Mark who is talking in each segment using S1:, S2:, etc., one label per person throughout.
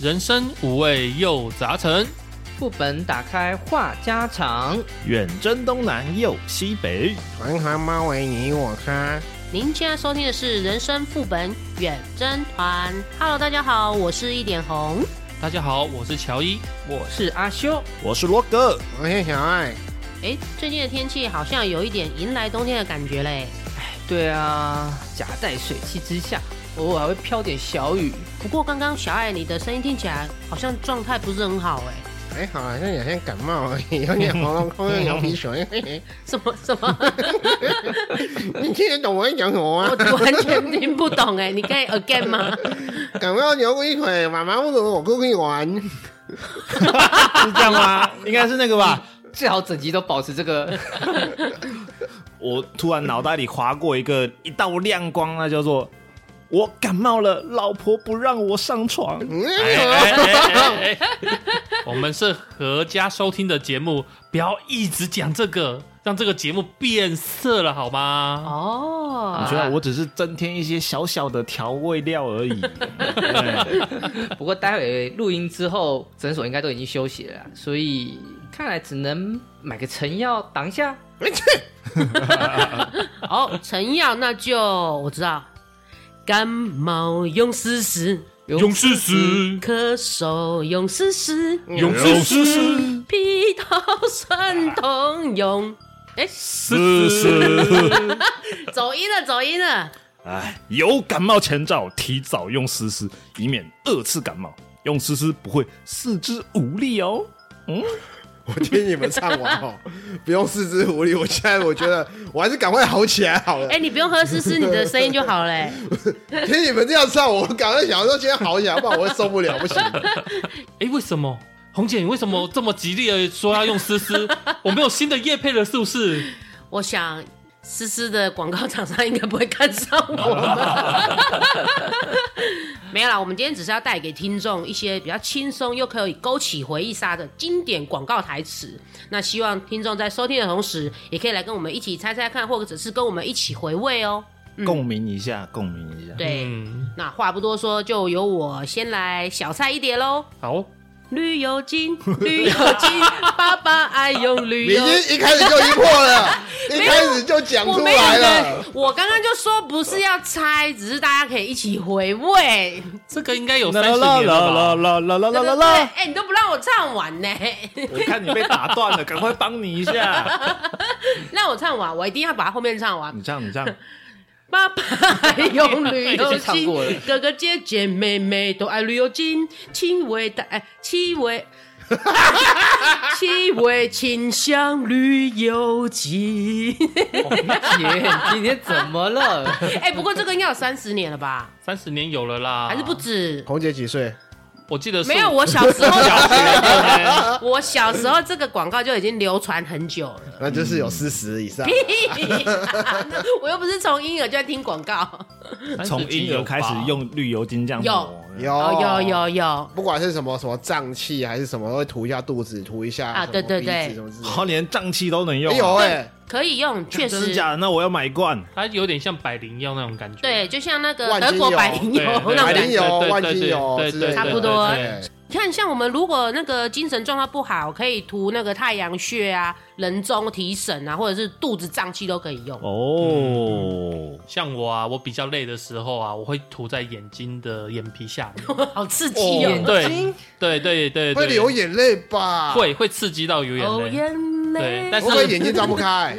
S1: 人生五味又杂陈。
S2: 副本打开话家常，
S3: 远征东南又西北，
S4: 团团包围你我他。
S5: 您现在收听的是《人生副本远征团》。Hello，大家好，我是一点红。
S1: 大家好，我是乔 伊。
S2: 我是阿修。
S3: 我是罗 哥。
S4: 我是小爱，
S5: 哎，最近的天气好像有一点迎来冬天的感觉嘞。
S2: 对啊，夹带水汽之下，偶尔还会飘点小雨。
S5: 不过刚刚小爱你的声音听起来好像状态不是很好哎，
S4: 还好啦，就有些感冒而已，有点喉咙痛，又流鼻水。
S5: 什么什么，
S4: 你听得懂我在讲什么吗？
S5: 我完全听不懂哎，你可以 again 吗？
S4: 感冒流鼻水，妈妈为什么我出去玩？
S3: 是这样吗？应该是那个吧。
S2: 最好整集都保持这个。
S3: 我突然脑袋里划过一个一道亮光，那叫做我感冒了，老婆不让我上床。
S4: 嗯
S5: 哎
S4: 哎
S1: 我们是合家收听的节目，不要一直讲这个，让这个节目变色了好吗？
S3: 你
S5: 哦，
S1: 啊
S3: 觉得我只是增添一些小小的调味料而 已。对
S2: 不过待会录音之后，诊所应该都已经休息了啦，所以看来只能买个成药挡一下。
S5: 好，成药哦那就我知道，感冒用试试，
S1: 勇士师，
S5: 咳嗽用试试，
S3: 嗯
S1: 勇士师，
S5: 鼻头酸痛用。哎，
S3: 是是，
S5: 走音了，走音了。
S3: 哎，有感冒前兆，提早用湿湿，以免二次感冒。用湿湿不会四肢无力哦。
S4: 我听你们唱完哦，不用四肢无力。我现在我觉得我还是赶快好起来好了
S5: 哎、。你不用喝思思你的声音就好嘞、
S4: 听你们这样唱，我赶快想说先好起来，不然我会受不了， 不行。
S1: 哎，为什么？红姐，你为什么这么极力的说要用思 思？我没有新的叶配了，是不是？
S5: 我想思思的广告厂商应该不会看上我们。 没有啦，我们今天只是要带给听众一些比较轻松又可以勾起回忆杀的经典广告台词。那希望听众在收听的同时，也可以来跟我们一起猜猜看，或者是跟我们一起回味哦。
S3: 共鸣一下，共鸣一下。
S5: 对，
S1: 嗯，
S5: 那话不多说，就由我先来小菜一碟喽。
S1: 好，
S5: 绿油精，绿油精，爸爸爱用绿
S4: 你已
S5: 油精。
S4: 经一开始就赢破 了，一开始就讲
S5: 我
S4: 出
S5: 没有
S4: 来
S5: 人
S4: 了。，
S5: 我刚刚就说不是要猜，只是大家可以一起回味。
S1: 这个应该有
S3: 啦
S1: 三
S3: 啦
S1: 十
S3: 啦
S1: 年了吧？
S3: 啦啦啦啦
S5: 对
S3: 啦
S5: 对
S3: 啦
S5: 对，
S3: 啦！
S5: 哎，你都不让我唱完呢，
S3: 我看你被打断了，赶快帮你一下。
S5: 让我唱完，我一定要把后面唱完
S3: 你。这样，你这样，
S5: 爸 爸爱用绿油
S2: 已经唱
S5: 精
S2: 过了，
S5: 哥哥姐姐妹妹都爱绿油精，气味的哎，气 味。气味清香绿油精，
S2: 姐，你今天怎么了？
S5: 哎、不过这个应该有三十年了吧，
S1: 三十年有了啦，
S5: 还是不？止？
S4: 红姐几岁？
S1: 我记得哎是
S5: 没有，啊我小 时候， 我小时候这个广告就已经流传很久了。
S4: 那就是有四十以上。
S5: 我又不是从婴儿就在听广告，
S1: 30
S3: 从
S1: 集
S3: 婴
S1: 有
S3: 儿开始
S1: 吧
S3: 用绿油精这样
S5: 有
S3: 抹
S4: 有
S5: 哦，有有有，
S4: 不管是什么什么胀气还是什么，会涂一下肚子，涂一下
S5: 啊
S4: 什么
S5: 对对
S4: 鼻子
S5: 对
S4: 什么之类的
S3: 好，连胀气都能用
S4: 哎
S3: 啊。
S4: 有哎，
S5: 可以用，确
S3: 真的
S5: 实，
S3: 假的？那我要买一罐。
S1: 它有点像百灵药那种感觉。
S5: 对，就像那个
S4: 万金
S5: 德国
S4: 油
S5: 百灵油
S1: 对对
S5: 那种
S4: 百
S5: 感
S4: 灵
S5: 觉。
S4: 油
S1: 对对
S4: 万
S1: 对
S4: 金
S1: 对
S4: 油
S1: 对
S4: 之
S1: 对
S4: 类的
S5: 差不多
S1: 对对
S4: 对
S5: 你看，像我们如果那个精神状态不好，可以涂那个太阳穴啊、人中、提神啊，或者是肚子胀气都可以用。
S3: 哦，
S1: 像我啊，我比较累的时候啊，我会涂在眼睛的眼皮下 面。
S5: 好刺激
S2: 眼
S5: 哦！
S1: 对对对对对，
S4: 会流眼泪吧？，
S1: 会会刺激到有
S5: 啊哦，
S1: 眼泪，
S5: 眼
S1: 对
S5: 泪，
S1: 但
S4: 会不会眼睛张不开？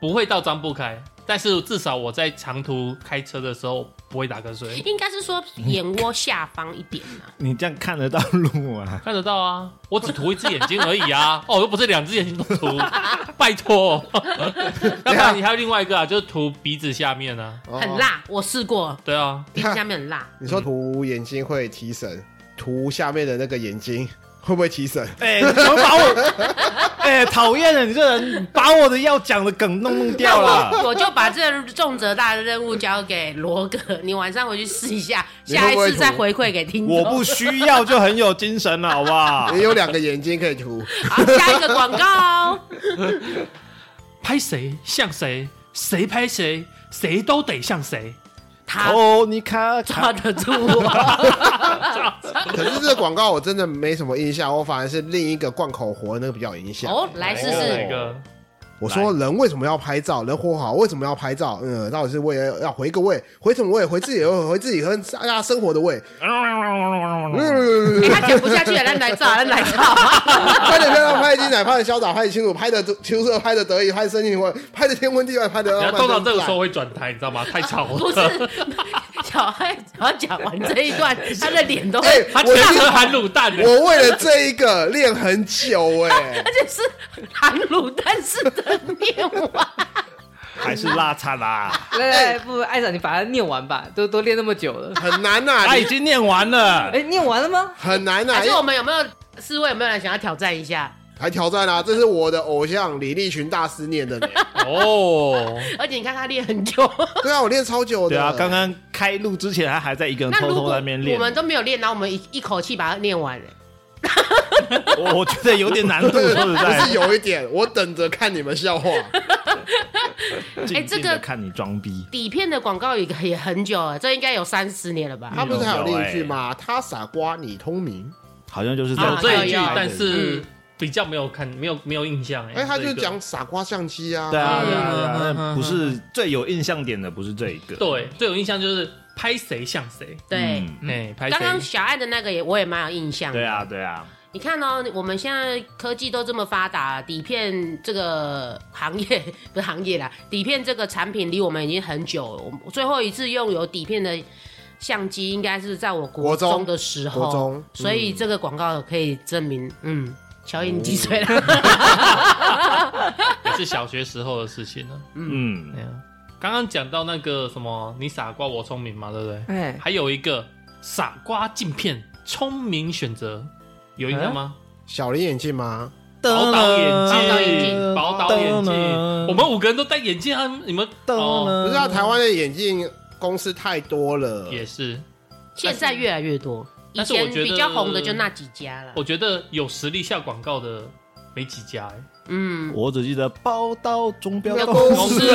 S1: 不会到张不开，但是至少我在长途开车的时候不会打瞌睡，
S5: 应该是说眼窝下方一点 啊。
S3: 你这样看得到路啊？
S1: 看得到啊，我只涂一只眼睛而已 啊，哦，又不是两只眼睛都涂，拜托，要不然你还有另外一个啊，就是涂鼻子下面啊，
S4: 哦
S5: 很。辣，我试过，
S1: 对啊，
S5: 鼻子下面很辣。
S4: 你说涂眼睛会提神，涂下面的那个眼睛会不会提神？
S3: 哎，你怎么把我？ 哎，讨厌了，你这人把我的要讲的梗弄弄
S5: 那
S3: 掉了。
S5: 我我就把这重责大的任务交给罗哥，你晚上回去试一下，
S4: 你会
S5: 下一
S4: 不会
S5: 次再回馈给听众。
S3: 我不需要就很有精神了，好不
S1: 啊
S3: 好？
S4: 也有两个眼睛可以涂，
S5: 好，下一个广 告、哦，
S1: 拍谁像谁，谁拍谁，谁都得像谁，
S5: 他
S3: 哦，你看，
S5: 抓得住啊 我。
S4: 可是这个广告我真的没什么印象，我反而是另一个贯口活那个比较有印象。
S5: 哦，来试
S1: 哪
S5: 试
S1: 一个？
S4: 我说人为什么要拍照？人活好为什么要拍照？嗯，到底是为了要回个位，回什么位？回自己的，回自己跟大家生活 的位。
S5: 哎他讲不下去了，咱来照，咱来照。
S4: 快点不要让拍精彩，拍的潇洒，拍的清楚，拍的出色，拍的得意，拍的生气，拍的天昏地暗，拍的
S1: 然
S4: 浪
S1: 后
S4: 漫
S1: 通常这
S4: 正
S1: 个
S4: 在
S1: 时候会转台，你知道吗？太吵了。
S5: 不是，小孩只要讲完这一段，他的脸都
S4: 哎
S5: 会，
S1: 他全
S4: 我
S1: 是含卤蛋的，
S4: 我为了这一个练很久哎、
S5: 而且是含卤蛋式的念完。
S3: 还是拉差啦。
S2: 来来，来不，艾长，你把它念完吧，都都练那么久了。
S4: 很 难呐、
S3: 他
S4: 你
S3: 已经念完了，
S2: 哎，念完了吗？
S4: 很难呐、
S3: 哎
S5: 还是
S4: 因
S5: 我
S4: 为
S5: 们有没有四位有没有人想要挑战一下？
S4: 还挑战啊！这是我的偶像李立群大师念的 呢。
S1: 哦，
S5: 而且你看他练很久，
S4: 对啊，我练超久的。
S3: 对啊，刚刚开录之前他还在一个人
S5: 那
S3: 偷
S5: 如
S3: 偷
S5: 果
S3: 在那边练
S5: 我，们都没有练，然后我们一一口气把它念完了，
S3: 我我觉得有点难 度，
S4: 这
S3: 说
S4: 个
S3: 实在
S4: 不是，有一点，我等着看你们笑话。
S5: 哎
S3: 静
S5: 这
S3: 静
S5: 个
S3: 的看你装逼。
S5: 底片的广告也也很久了，这应该有三十年了吧？
S1: 嗯
S4: 他不是还有另一句吗？他傻瓜，你通明。
S3: 好像就是在
S1: 有这一句
S5: 有有，
S1: 但是
S5: 嗯
S1: 比较没有看，没有没有印象哎。
S4: 哎，他就是
S1: 这个
S4: 讲傻瓜相机啊。
S3: 对啊，
S5: 嗯
S3: 对啊，对啊
S1: 嗯
S3: 但
S1: 嗯嗯
S3: 不是最有印象点的，不是这一个。
S1: 对最有印象就是拍谁像谁，
S5: 对，
S3: 嗯
S1: 哎，拍
S5: 刚刚
S1: 谁。
S5: 小爱的那个也我也蛮有印象的。
S3: 对啊，对啊，
S5: 你看哦，我们现在科技都这么发达，底片这个行业 不是行业啦，底片这个产品离我们已经很久了。我们最后一次用有底片的相机，应该是在我国
S4: 国中
S5: 中的时候，
S4: 国中
S1: 嗯
S5: 所以这个广告可以证明，嗯，乔伊你几岁了？
S1: 哦也 是小学时候的事情了。
S3: 嗯
S1: 哎，呀，刚刚讲到那个什么，你傻瓜我聪明嘛，对不对？
S5: 嗯
S2: 哎，
S1: 还有一个傻瓜镜片，聪明选择，有印象吗？
S4: 小林眼镜吗？
S3: 嗯
S1: 宝岛眼
S5: 宝岛眼
S1: 镜，
S5: 镜
S1: 宝岛眼镜
S3: 噔，
S1: 我们五个人都戴眼镜啊！你们
S3: 嗯
S1: 哦，
S4: 不知
S3: 啊
S4: 道台湾的眼镜公司太多了。
S1: 也是。
S5: 现在越来越多，以
S1: 但是我
S5: 前
S1: 觉得
S5: 比较红的就那几家了
S1: 我。觉得有实力下广告的没几家哎。
S5: 嗯，
S3: 我只记得报道中标
S5: 那
S3: 公
S5: 公 司，
S3: 司，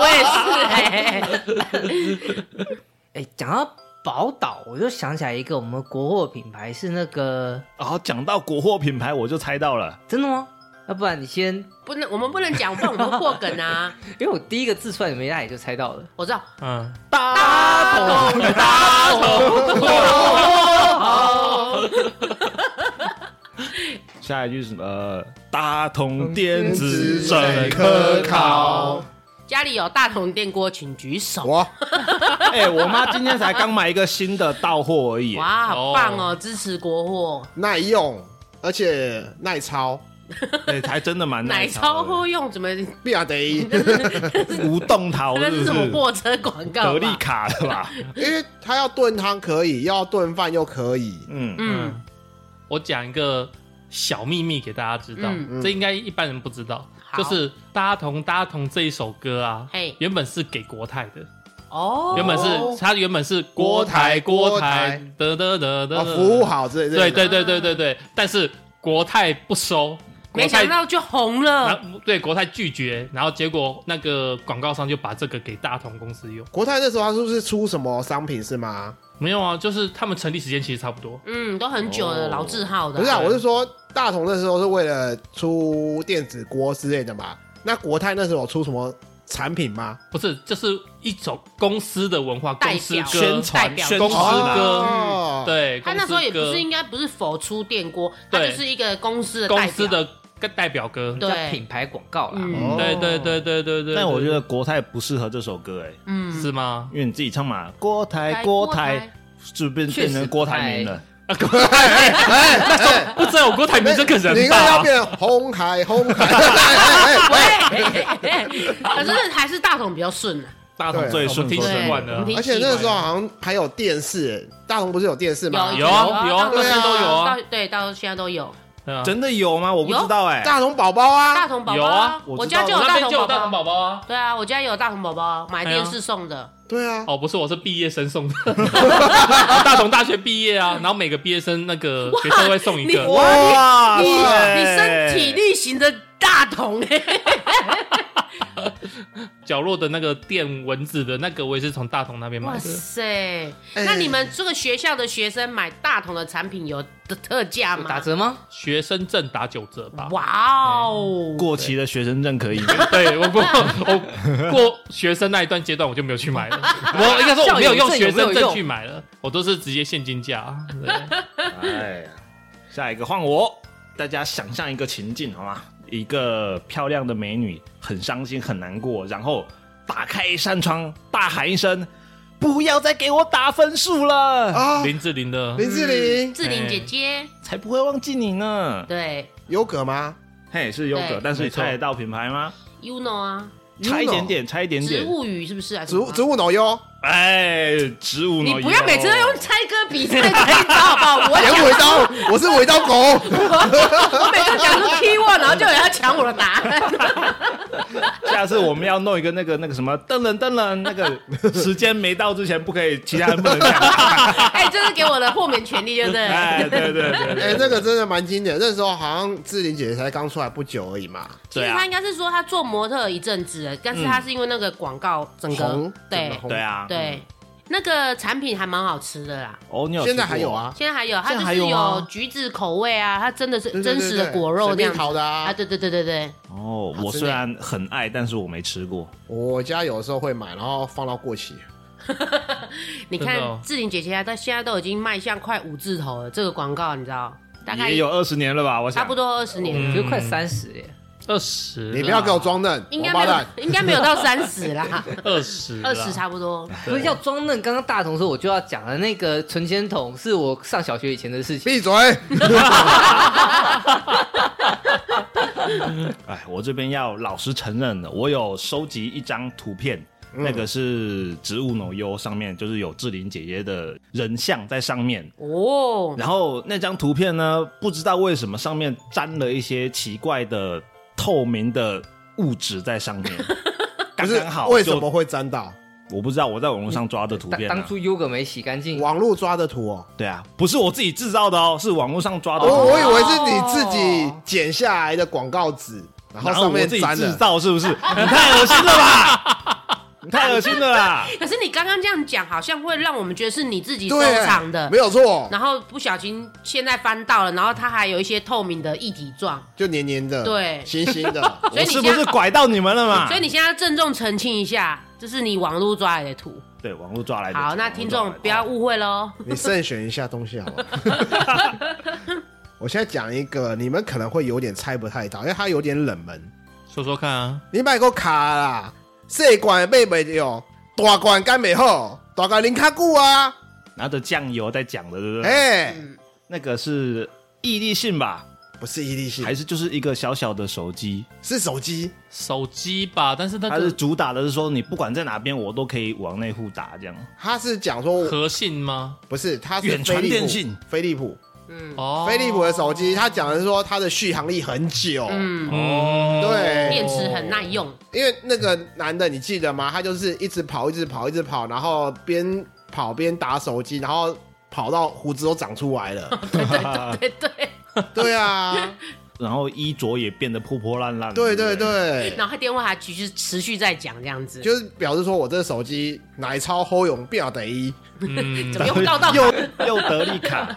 S5: 我也是哎、
S2: 哎，讲到宝岛，我就想起来一个我们国货品牌是那个，
S3: 哦，讲到国货品牌，我就猜到了，
S2: 真的吗？要不然你先，
S5: 不能我们不能讲，不然我们破梗啊！
S2: 因为我第一个字出来，你们大家也就猜到了。
S5: 我知道，
S1: 嗯，
S5: 大头大头，
S3: 下一句是什么？呃大同电子
S4: 整
S3: 整
S4: 科
S3: 科
S4: 考
S3: 考。
S5: 家里有大桶电锅，请举手。
S4: 我
S3: 哎，我妈今天才刚买一个新的到货而已。
S5: 哇，好棒哦！支持国货，
S4: 耐用，而且耐操，
S3: 哎，还真的蛮耐
S5: 奶超
S3: 操
S5: 货用怎么？
S4: 必然得一，
S3: 的，无动桃
S5: 那
S3: 哦是
S5: 是
S3: 不
S5: 什么
S3: 是？
S5: 货车广告
S3: 得利
S5: 吧？嗯
S3: 卡的吧？
S4: 因为他要炖汤可以，要炖饭又可以。
S3: 嗯，
S5: 嗯，
S1: 我讲一个小秘密给大家知道，
S5: 嗯
S1: 这应该一般人不知道，
S5: 好
S1: 就是《大同大同》这一首歌啊
S5: 嘿，
S1: 原本是给国泰的，
S5: 哦，
S1: 原本是它原本是国台
S4: 国
S1: 国
S4: 台
S1: 台得得得
S4: 啊，
S1: 得，得
S4: 服务，好啊之类之类
S1: 对
S4: 的。
S1: 对对对对对，但是国泰不收，
S5: 没
S1: 国泰
S5: 想到就红
S1: 然
S5: 了。
S1: 后对国泰拒绝，然后结果那个广告商就把这个给大同公司用，
S4: 国泰那时候他是不是出什么商品是吗？
S1: 没有啊，就是他们成立时间其实差不多，
S5: 嗯，都很久了，老字号的。
S4: 不是啊，我是说大同那时候是为了出电子锅之类的嘛。那国泰那时候有出什么产品吗？
S1: 不是，就是一种公司的文化，
S5: 代
S1: 公司
S5: 表
S1: 歌
S3: 宣，
S5: 代
S3: 传
S5: 表
S3: 宣
S1: 公司
S3: 传
S1: 歌
S3: 啦，
S4: 哦，
S1: 对，
S5: 他
S1: 公
S5: 那
S1: 司
S5: 时候也不
S1: 歌
S5: 是应该不是否出电锅，他
S1: 对
S5: 就是一个公司的代
S1: 公
S5: 表
S1: 司的代表歌，
S5: 对
S2: 叫品牌广告啦。
S5: 嗯
S4: 哦
S1: 对对对对对对。
S3: 但我觉得国泰不适合这首歌，哎，
S5: 嗯
S1: 是吗？
S3: 因为你自己唱嘛，国台国台，是不是变成郭台铭了？
S1: 不知道有郭台铭这个
S4: 哎你
S1: 人
S4: 应该要
S1: 吧？
S4: 变成红海红 海。哎哎哎
S5: 喂， 可是还是大桶比较顺啊。
S1: 大
S4: 同最
S1: 我们
S3: 顺
S1: 听
S3: 风
S1: 习
S5: 对，
S1: 惯了啊
S5: 我们。挺
S4: 而且
S5: 习
S4: 那
S5: 惯
S4: 时候好像还有电视，大同不是有电视吗？
S1: 有啊有啊
S5: 到
S1: 那
S4: 时候都有
S1: 啊
S5: 到对，到现在都有
S1: 对啊
S3: 真的有吗？我不知道哎。
S4: 大同宝宝啊
S5: 大，同宝
S1: 有
S5: 宝
S1: 啊
S3: 我
S5: 我
S3: 知道
S5: 家就
S1: 我
S5: 有
S1: 那
S5: 大
S1: 边就有
S5: 同
S1: 大同
S5: 宝宝。
S1: 宝宝啊。
S5: 对啊，我家也有大同宝宝，买电视送的。
S4: 对啊，
S1: 哦，不是，我是毕业生送的， 大同大学毕业啊，然后每个毕业生那个学生会送一
S5: 你
S1: 个，
S3: 哇
S5: 你
S3: 塞
S1: 哎
S5: 你身体力行的大同哎，
S1: 角落的那个垫蚊子的那个，我也是从大同那边买
S5: 哇
S1: 的。
S5: 塞！
S4: 哎
S5: 那你们这个学校的学生买大同的产品有的特价
S2: 打
S5: 吗？
S2: 折吗？
S1: 学生证打九折吧。
S5: 哇哦！
S3: 过期的学生证可以吗？
S1: 对我过我过学生那一段阶段我就没有去买了，我应该说我没有用学生证去买了，我都是直接现金价。对
S3: 哎呀，下一个换我，大家想象一个情境好吗？一个漂亮的美女很伤心很难过，然后打开一扇窗，大喊一声：“不要再给我打分数了，
S4: 啊，
S1: 林志玲的
S4: 林志
S1: 哎
S4: 玲
S5: 志玲姐姐，
S3: 才不会忘记你呢。
S5: 对
S4: 优格吗？”
S3: 嘿，是优格
S5: 对，
S3: 但是你
S1: 没错
S3: 猜得到品牌吗？
S5: ，UNO 啊，
S3: 差一
S4: Uno
S3: 点点，差一点
S5: 植
S3: 点。
S5: 物语是不是啊？
S4: 植物植
S5: 物，
S4: 物脑优，
S3: 哎，植物
S5: 你
S3: 呢
S5: 不要
S3: 有
S5: 每次都用猜歌比赛这一招好不好？我
S4: 剪
S5: 讲
S4: 尾 哎刀，我是尾刀狗。
S5: 我每次讲出 keyword，然后就有人要抢我的答案。
S3: 下次我们要弄一个那个那个什么噔噔噔噔，那个时间没到之前不可以，其他人不能讲。
S5: 哎，这是给我的豁免权利，对 不对？
S3: 哎，对对对
S4: 哎、那个真的蛮经典。那时候好像志玲姐姐才刚出来不久而已嘛。
S5: 其实
S1: 对啊
S5: 他应该是说他做模特一阵子了，但是他是因为那个广告整个
S4: 红
S5: 对
S3: 对啊，
S5: 对，那个产品还蛮好吃的啦。
S3: 哦，你有
S4: 现在
S3: 吃过
S4: 还有？啊，
S5: 现在还有，它
S3: 现在
S5: 就
S3: 还
S5: 是
S3: 有吗
S5: 有橘子口味啊，它真的是
S4: 对对对
S5: 真实的果肉
S4: 对
S5: 那
S4: 对
S5: 样
S4: 水蜜桃
S5: 子
S4: 的啊
S5: 啊，对对对对对，
S3: 哦，
S4: 好
S3: 我
S4: 吃
S3: 虽
S4: 呢
S3: 然很爱，但是我没吃过。
S4: 我家有的时候会买，然后放到过期。
S5: 你
S1: 真的哦
S5: 看志玲姐姐啊，到现在都已经迈向快五字头了，这个广告你知道，大概
S3: 也有二十年了吧？我想
S5: 差不多二十年
S1: 嗯
S5: 了，
S2: 就快三十耶，
S1: 二十，
S3: 啊
S4: 你不要给我装嫩，
S5: 应该
S4: 王八
S5: 没
S4: 蛋！
S5: 有，应该没有到三十啦，
S1: 二十，
S5: 二十差不多。
S2: 不是要装嫩。刚刚大同说我就要讲的那个存钱筒，是我上小学以前的事情。
S4: 闭嘴！
S3: 哎，我这边要老实承认的，我有收集一张图片，那个是植物农优上面，就是有志玲姐姐的人像在上面。
S4: 嗯
S5: 哦，
S3: 然后那张图片呢，不知道为什么上面沾了一些奇怪的透明的物质在上面，
S4: 不
S3: 刚
S4: 是
S3: 刚好
S4: 为
S3: 就
S4: 什么会沾到
S3: 我不知道，我在网络上抓的图
S2: 当
S3: 片啊、
S2: 当初优格没洗干净，
S3: 嗯
S4: 网络抓的图哦？
S3: 对啊，不是我自己制造的哦，是网络上抓的
S4: 我、
S3: 图片。
S4: 我以为是你自己剪下来的广告纸，然后
S3: 然后
S4: 上
S3: 我
S4: 面
S3: 自己
S4: 沾
S3: 制
S4: 了。
S3: 造，是不是？你太恶心了吧！ 你太恶心了啦！
S5: 可是你刚刚这样讲，好像会让我们觉得是你自己收
S4: 对，
S5: 藏的
S4: 没，有错，
S5: 然后不小心现在翻到了，然后它还有一些透明的液体状，
S4: 就黏黏的，
S5: 对
S4: 星星的。
S5: 所以
S3: 我
S5: 你
S3: 是
S5: 现
S3: 不是
S5: 在，
S3: 拐到你们了嘛？
S5: 所以你现在郑重澄清一下，这是你网络抓来的图。
S3: 对网络抓来的。
S5: 好，那
S3: 哎网络
S5: 听
S3: 抓来
S5: 众
S3: 的
S5: 不要误会喽。
S4: 你慎选一下东西好不好？ 我现在讲一个，你们可能会有点猜不太到，因为它有点冷门。
S1: 说说看啊，
S4: 你买个卡啦，细罐买袂着，大罐干袂好，大罐啉较久啊。
S3: 拿着酱油在讲的，对嗯不对？
S4: 哎、
S3: 那个是毅力性吧？
S4: 不是伊利信
S3: 还，是就是一个小小的手机？
S4: 是手机。
S1: 手机吧，但是那
S3: 它是
S1: 个
S3: 主打的是说你不管在哪边，我都可以往内户打这样。
S4: 他是讲说，
S1: 核信吗？
S4: 不是，他是
S3: 远传
S4: 飞利
S3: 电
S4: 浦
S3: 信
S4: 飞利浦，
S5: 嗯
S1: 哦，
S4: 飞利浦的手机，他讲的是说它的续航力很久。
S5: 嗯，
S1: 哦，
S4: 对
S5: 电池很耐用，
S4: 因为那个男的你记得吗？他就是一直跑，一直跑，一直跑，然后边跑边打手机，然后跑到胡子都长出来了。
S5: 对对，
S4: 对啊，
S3: 然后衣着也变得破破烂烂。
S4: 对对
S3: 不
S4: 对，
S5: 然后他电话还继续持续在讲这样子，
S4: 就是表示说我这手机奶超齁勇，不要得一。
S1: 嗯
S5: 怎么又到到？
S3: 又又得利卡，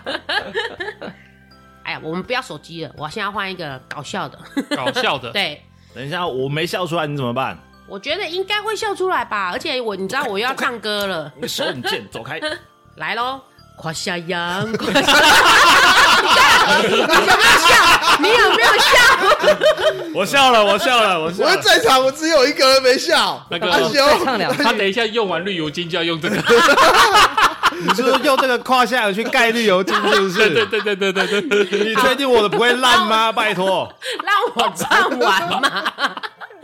S5: 哎呀，我们不要手机了，我现在换一个搞笑的。
S1: 搞笑的，
S5: 对，
S3: 等一下我没笑出来你怎么办？
S5: 我觉得应该会笑出来吧，而且我你知道我又要唱歌 了，
S3: 你手很贱，走 开！
S5: 来喽。夸下羊，夸下，你看你有没有笑？你有没有笑？
S3: 我笑了，我笑了，我笑
S4: 我
S3: 了
S4: 们。在场我只有一个人 没笑，
S1: 那个
S4: 阿
S2: 哦再
S4: 修。
S2: 唱两
S1: 他等一下用完绿油精就要用这个，
S3: 你是不是用这个胯下去盖绿油精？是不
S1: 对对
S3: 是？
S1: 对对对对对 对，
S3: 你确定我的不会烂吗？拜托，
S5: 让我唱完嘛。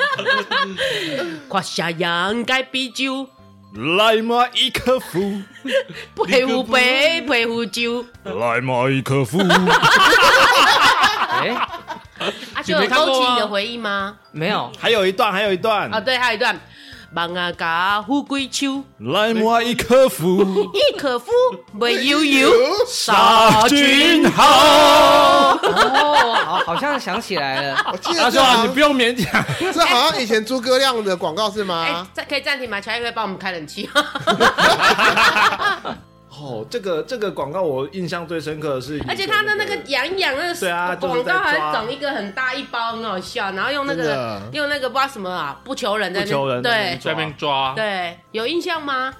S5: 夸下羊，该啤酒，
S3: 来嘛伊可夫，
S5: 佩服杯，佩服酒。
S3: 来嘛伊可夫，
S2: 哎，
S5: 啊，
S1: 你
S5: 就
S1: 没
S5: 有
S1: 看过
S5: 勾起
S1: 吗
S5: 你的回忆吗？
S2: 没有，
S3: 还有一段，还有一段
S5: 啊，对，还有一段，望啊甲富贵秋，
S3: 来摸一颗福，
S5: 亦可 夫未悠 悠，
S4: 哦
S3: 杀君豪。
S2: 哦，好，好像想起来了，
S4: 我记得
S3: 他
S4: 这
S3: 说啊，你
S4: 好
S3: 不用勉强。
S4: 像这好像以前诸葛亮的广告是
S5: 哎
S4: 吗？，
S5: 暂可以暂停吗？乔伊会帮我们开冷气。
S3: 哦，这个这个广告我印象最深刻的是以前，
S5: 而且他的那个痒痒那
S3: 对啊就
S5: 个
S3: 是
S5: 广
S3: 在
S5: 告还
S3: 抓
S5: 长一个很大一包，很好笑。然后用那
S4: 真
S5: 个
S4: 的
S5: 用那个不知道什么啊，不求人在
S3: 不求
S5: 那
S3: 人在那边
S5: 对
S1: 在那边抓，
S5: 对，有印象吗？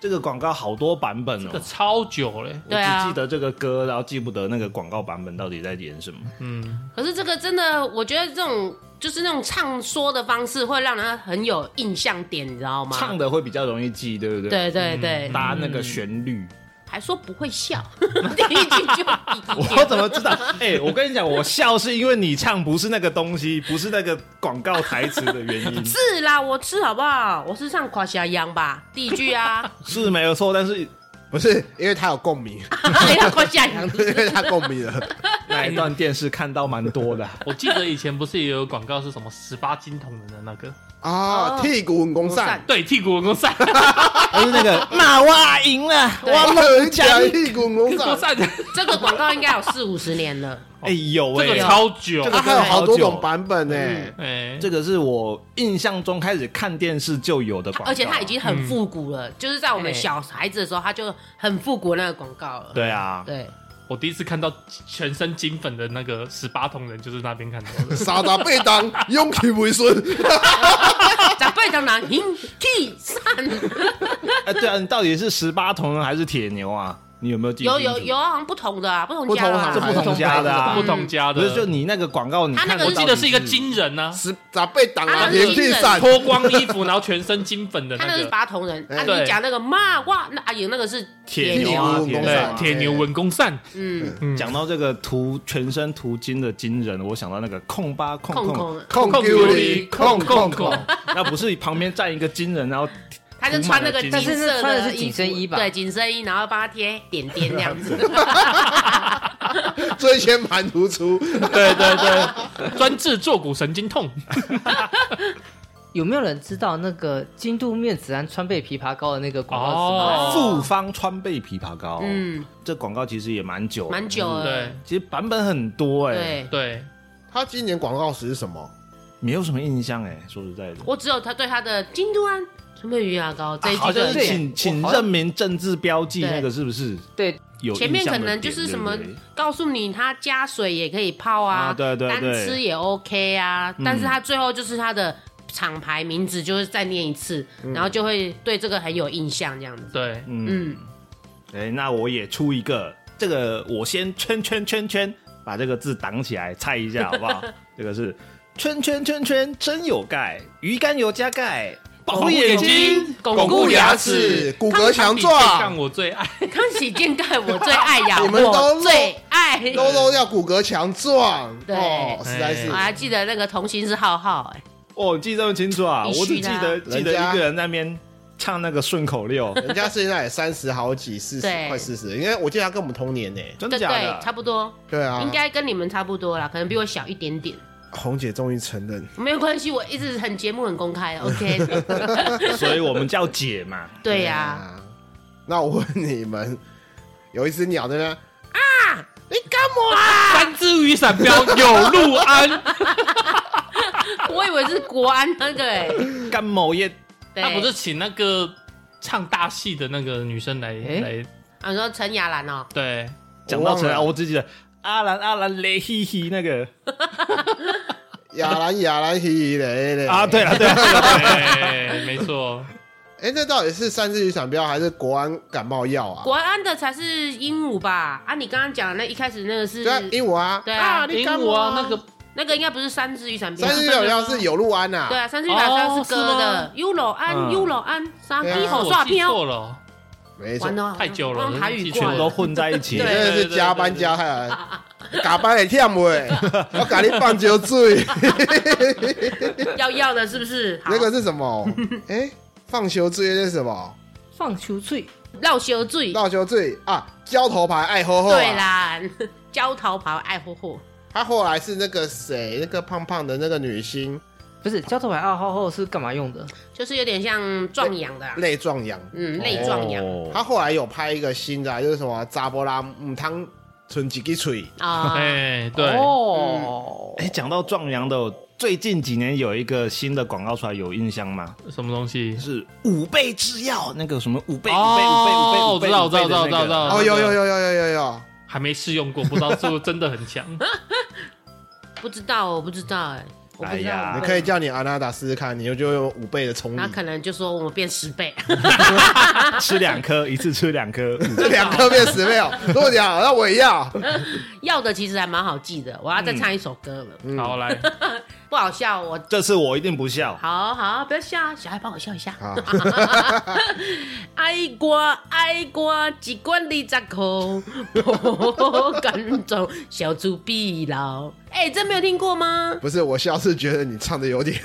S3: 这个广告好多版本
S1: 这
S3: 哦
S1: 个。超久嘞，
S3: 我
S5: 对啊
S3: 只记得这个歌，然后记不得那个广告版本到底在演什么。
S1: 嗯，
S5: 可是这个真的，我觉得这种就是那种唱说的方式，会让人很有印象点，你知道吗？
S3: 唱的嗯会比较容易记，对不对？，
S5: 对对对，
S3: 搭那个旋律。
S5: 还说不会笑， 第一句就
S3: 我怎么知道？哎、我跟你讲，我笑是因为你唱不是那个东西，不是那个广告台词的原因，
S5: 是啦，我吃好不好？我是唱垮小羊吧，第一句 啊，
S3: 是没有错。但是
S4: 不是，因为他有共鸣，
S5: 哎呀，垮小羊，
S4: 因为他共鸣了。
S3: 那一段电视看到蛮多 的。
S1: 我记得以前不是也有广告是什么十八金童人的那个，
S4: 哦
S5: 哦，
S4: 剔骨文工扇，
S1: 对，替骨文公扇，
S3: 而是那个那我啊赢了，我
S4: 猛讲剔骨文工
S1: 公
S4: 扇，
S1: 扇，
S5: 这个广告应该有四五十年了。
S3: 哎、有
S1: 这个
S3: 哎、
S1: 超久
S5: 这，
S4: 它
S5: 个
S4: 啊还有好多种版本呢。。
S1: 哎，
S3: 这个是我印象中开始看电视就有的广告，
S5: 而且它已经很复古了，就是在我们小孩子的时候，它就很复古那个广告了。
S3: 对啊，
S5: 对，
S1: 我第一次看到全身金粉的那个十八铜人，就是那边看到的
S4: 傻达被当，勇气为顺。
S5: 长辈当然引替散，
S3: 哎、对啊，你到底是十八铜人还是铁牛啊？你有没有记清
S5: 有
S3: 楚？
S5: 有有，好像不同的啊，不同
S4: 不
S5: 家
S4: 同
S5: 的
S4: 行
S3: 这
S5: 啊
S3: 不同家的啊
S1: 不同家的，
S3: 不是就你那个广告，你
S5: 他那
S3: 看
S5: 个
S3: 过
S1: 我记得是一个
S3: 到底
S1: 金人 呢、
S4: 十咋被挡
S5: 啊
S4: 啊？连地散，
S1: 脱光衣服然后全身金粉的
S5: 他那
S1: 那
S5: 个是
S1: 个，
S5: 八同人，啊，
S1: 对
S5: 你讲那个骂哇，那阿姨那个是
S3: 铁
S5: 铁
S3: 牛
S5: 牛
S3: 啊，铁
S4: 铁牛
S3: 牛
S1: 对，
S4: 啊
S1: 铁牛文公扇，
S5: 嗯，
S1: 嗯
S3: 讲到这个涂全身涂金的金人，我想到那个控吧控
S5: 空
S3: 控，
S5: 空，
S4: 控
S1: 控
S4: 丢
S1: 琉
S4: 离，
S1: 璃
S4: 控控
S1: 控
S4: 控
S1: 控，
S3: 那不是旁边站一个金人，然后
S5: 他就穿那个金
S2: 但是
S5: 色
S2: 是穿的
S5: 的
S2: 是紧身衣吧
S5: 对，紧身衣，然后帮他贴点点那样子，
S4: 最先盘突出。
S1: 对对对，专治坐骨神经痛。
S2: 有没有人知道那个京都面子安川贝枇杷膏的那个广告词吗？
S1: 哦
S3: 复方川贝枇杷膏，
S5: 嗯，
S3: 这广告其实也蛮久，
S5: 蛮，久了
S1: 对，
S3: 其实版本很多哎、
S5: 对。
S1: 对，
S4: 他今年广告词是什么？
S3: 没有什么印象哎、说实在的。
S5: 我只有他对他的京都安川贝鱼牙膏这一
S3: 好
S5: 句
S3: 像
S5: 的
S3: 是
S2: 对
S3: 请
S2: 我
S3: 请
S2: 好像
S3: 认明政治标记
S5: 对
S3: 那个是不是
S2: 对，
S3: 有
S5: 前
S3: 印
S5: 面
S3: 象
S5: 可
S3: 的
S5: 能
S3: 点
S5: 就是
S3: 对
S5: 什
S3: 不
S5: 么
S3: 对
S5: 告诉你，它加水也可以泡
S3: 啊
S5: 啊，
S3: 对对
S5: 单
S3: 对
S5: 吃也 OK 啊，
S3: 嗯
S5: 但是它最后就是它的厂牌名字就是再念一次，然后就会对这个很有印象这样子。
S1: 对，
S3: 嗯，
S5: 嗯，
S3: 哎、那我也出一个，这个我先圈圈圈圈，把这个字挡起来，猜一下好不好？这个是圈圈圈圈真有钙，鱼肝油加钙，保护眼睛。，
S1: 巩
S5: 固
S4: 牙
S1: 齿，，
S4: 骨骼
S1: 杠
S4: 强壮，
S1: 我最爱。
S5: 嗯康喜健钙我最爱 呀，
S4: 我们都录
S5: 最爱。
S4: 都都要骨骼强壮。
S5: 对哎
S4: 哦实在是
S5: 我还记得那个童星是浩浩，哎，
S3: 哦，记这么清楚啊！
S5: 你
S3: 我只
S5: 续
S3: 记
S5: 的啊
S3: 得记得
S4: 人家
S3: 一个人在那边唱那个顺口溜，
S4: 人家现在也三十好几，四十
S5: 对
S4: 快四十，因为我记得他跟我们同年呢。
S3: 真的
S5: 对
S3: 假的
S5: 对，？差不多，
S4: 对啊，
S5: 应该跟你们差不多啦，可能比我小一点点，红
S4: 姐终于承认，
S5: 没有关系，我一直很节目很公开，OK，
S3: 所以我们叫姐嘛。
S5: 对啊呀，
S4: 那我问你们，有一只鸟在那，
S5: 你干嘛？
S1: 三只雨伞标有路安，
S5: 我以为是国安那个哎、欸，
S3: 干某也
S5: 对，
S1: 他不是请那个唱大戏的那个女生来
S2: 诶
S1: 来，
S5: 啊，你说陈雅兰哦，
S1: 对，
S3: 讲到
S4: 我忘
S3: 陈
S4: 了
S3: 啊，我只记得阿兰阿兰雷嘿嘿那个
S4: 亚兰亚兰嘿嘞嘞
S3: 啊，对了对了，
S1: 对，没错，
S4: 哎，那到底是三只雨伞标还是国安感冒药啊？
S5: 国安的才是鹦鹉吧？啊，你刚刚讲的那一开始那个是
S4: 对啊，鹦鹉啊，
S5: 对啊
S1: 鹦鹉啊，那个
S5: 那个应该不是三只雨伞兵，
S4: 三只雨伞标是有路安呐
S5: 啊对。啊，三只雨伞兵
S1: 哦
S5: 是歌的
S1: 是
S5: ，U 罗安
S3: 嗯
S5: U 罗安三
S4: 对啊
S5: 一
S1: 是
S5: 吼
S1: 我
S5: 刷
S1: 记
S5: 飘，
S1: 错了哦，
S4: 没错
S5: 完，了
S1: 太久了
S5: 忘台
S1: 记
S5: 语过
S1: 错
S3: 全
S1: 了
S3: 部都混在一起
S4: 你
S3: 了
S5: 对。
S4: 真的是加班加太加班也忝喂， 我给你放酒 醉。
S5: 要要的是不是？好
S4: 那个是什么？哎，放球醉那是什么？
S2: 放秋醉，
S5: 绕修醉，
S4: 绕啊球醉啊，交头牌爱呵呵。
S5: 对，啦， 焦桃袍爱霍霍，
S4: 他后来是那个谁，那个胖胖的那个女星，
S2: 不是焦头牌二号后是干嘛用的？
S5: 就是有点像壮阳的、啊，
S4: 类壮阳。
S5: 嗯，类壮阳
S3: 哦
S4: 他后来有拍一个新的啊、就是什么扎波拉姆汤存几滴水，
S5: 啊，
S1: 哎，对，
S2: 哦，
S3: 哎，讲到壮阳的，最近几年有一个新的广告出来，有印象吗？
S1: 什么东西
S3: 就？是五倍制药那个什么五倍五倍
S1: 哦
S3: 五倍
S1: 我知
S3: 五倍五倍，
S1: 道
S3: 五倍
S1: 我知道
S3: 的那个
S1: 我知道我知道
S4: 哦，有有有有有有有，
S1: 还没试用过，不知道是不是真的很强。
S5: 不知道，我不知道，哎，
S4: 嗯
S5: 我不
S3: 哎
S5: 知
S3: 呀
S5: 道，
S4: 你可以叫你阿娜达试试看，你就有五倍的冲 力
S5: 他，可能就说我们变十倍，
S3: 吃两颗，一次吃两颗，
S4: 这两颗变十倍哦。如果你好，那我也要。
S5: 要的其实还蛮好记的。我要再唱一首歌了，
S1: 好，来，
S5: 不好笑，我
S3: 这次我一定不笑。
S5: 好好不要笑啊，小孩帮我笑一下。
S4: 好，
S5: 爱歌爱歌，一罐二十块，无感动，小猪必老。哎、这没有听过吗？
S4: 不是，我笑是觉得你唱的有点。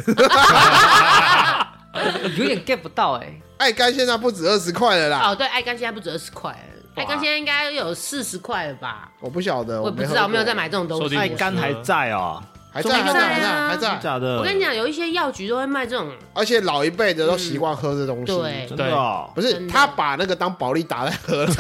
S2: 有点 get 不到
S1: 嗯
S2: 哎。
S4: 爱干现在不止二十块了啦，
S5: 哦，对，爱干现在不止二十块，爱干现在应该有四十块了吧？
S4: 我不晓得，
S5: 我也不知道，
S4: 哦喝
S5: 我
S4: 过
S5: 没有在买，这种东
S1: 说不
S5: 西。哎
S1: 定
S3: 爱肝还在哦，
S4: 还在还
S5: 还在
S4: 在
S5: 啊
S4: 还在还
S3: 真
S4: 在，
S3: 假的？
S5: 我跟你，讲，有一些药局都会卖这种，
S4: 而且老一辈的都习惯喝这东西。
S5: 嗯对
S3: 真的哦
S4: 不，是
S5: 真的
S4: 他把那个当保利达在喝了，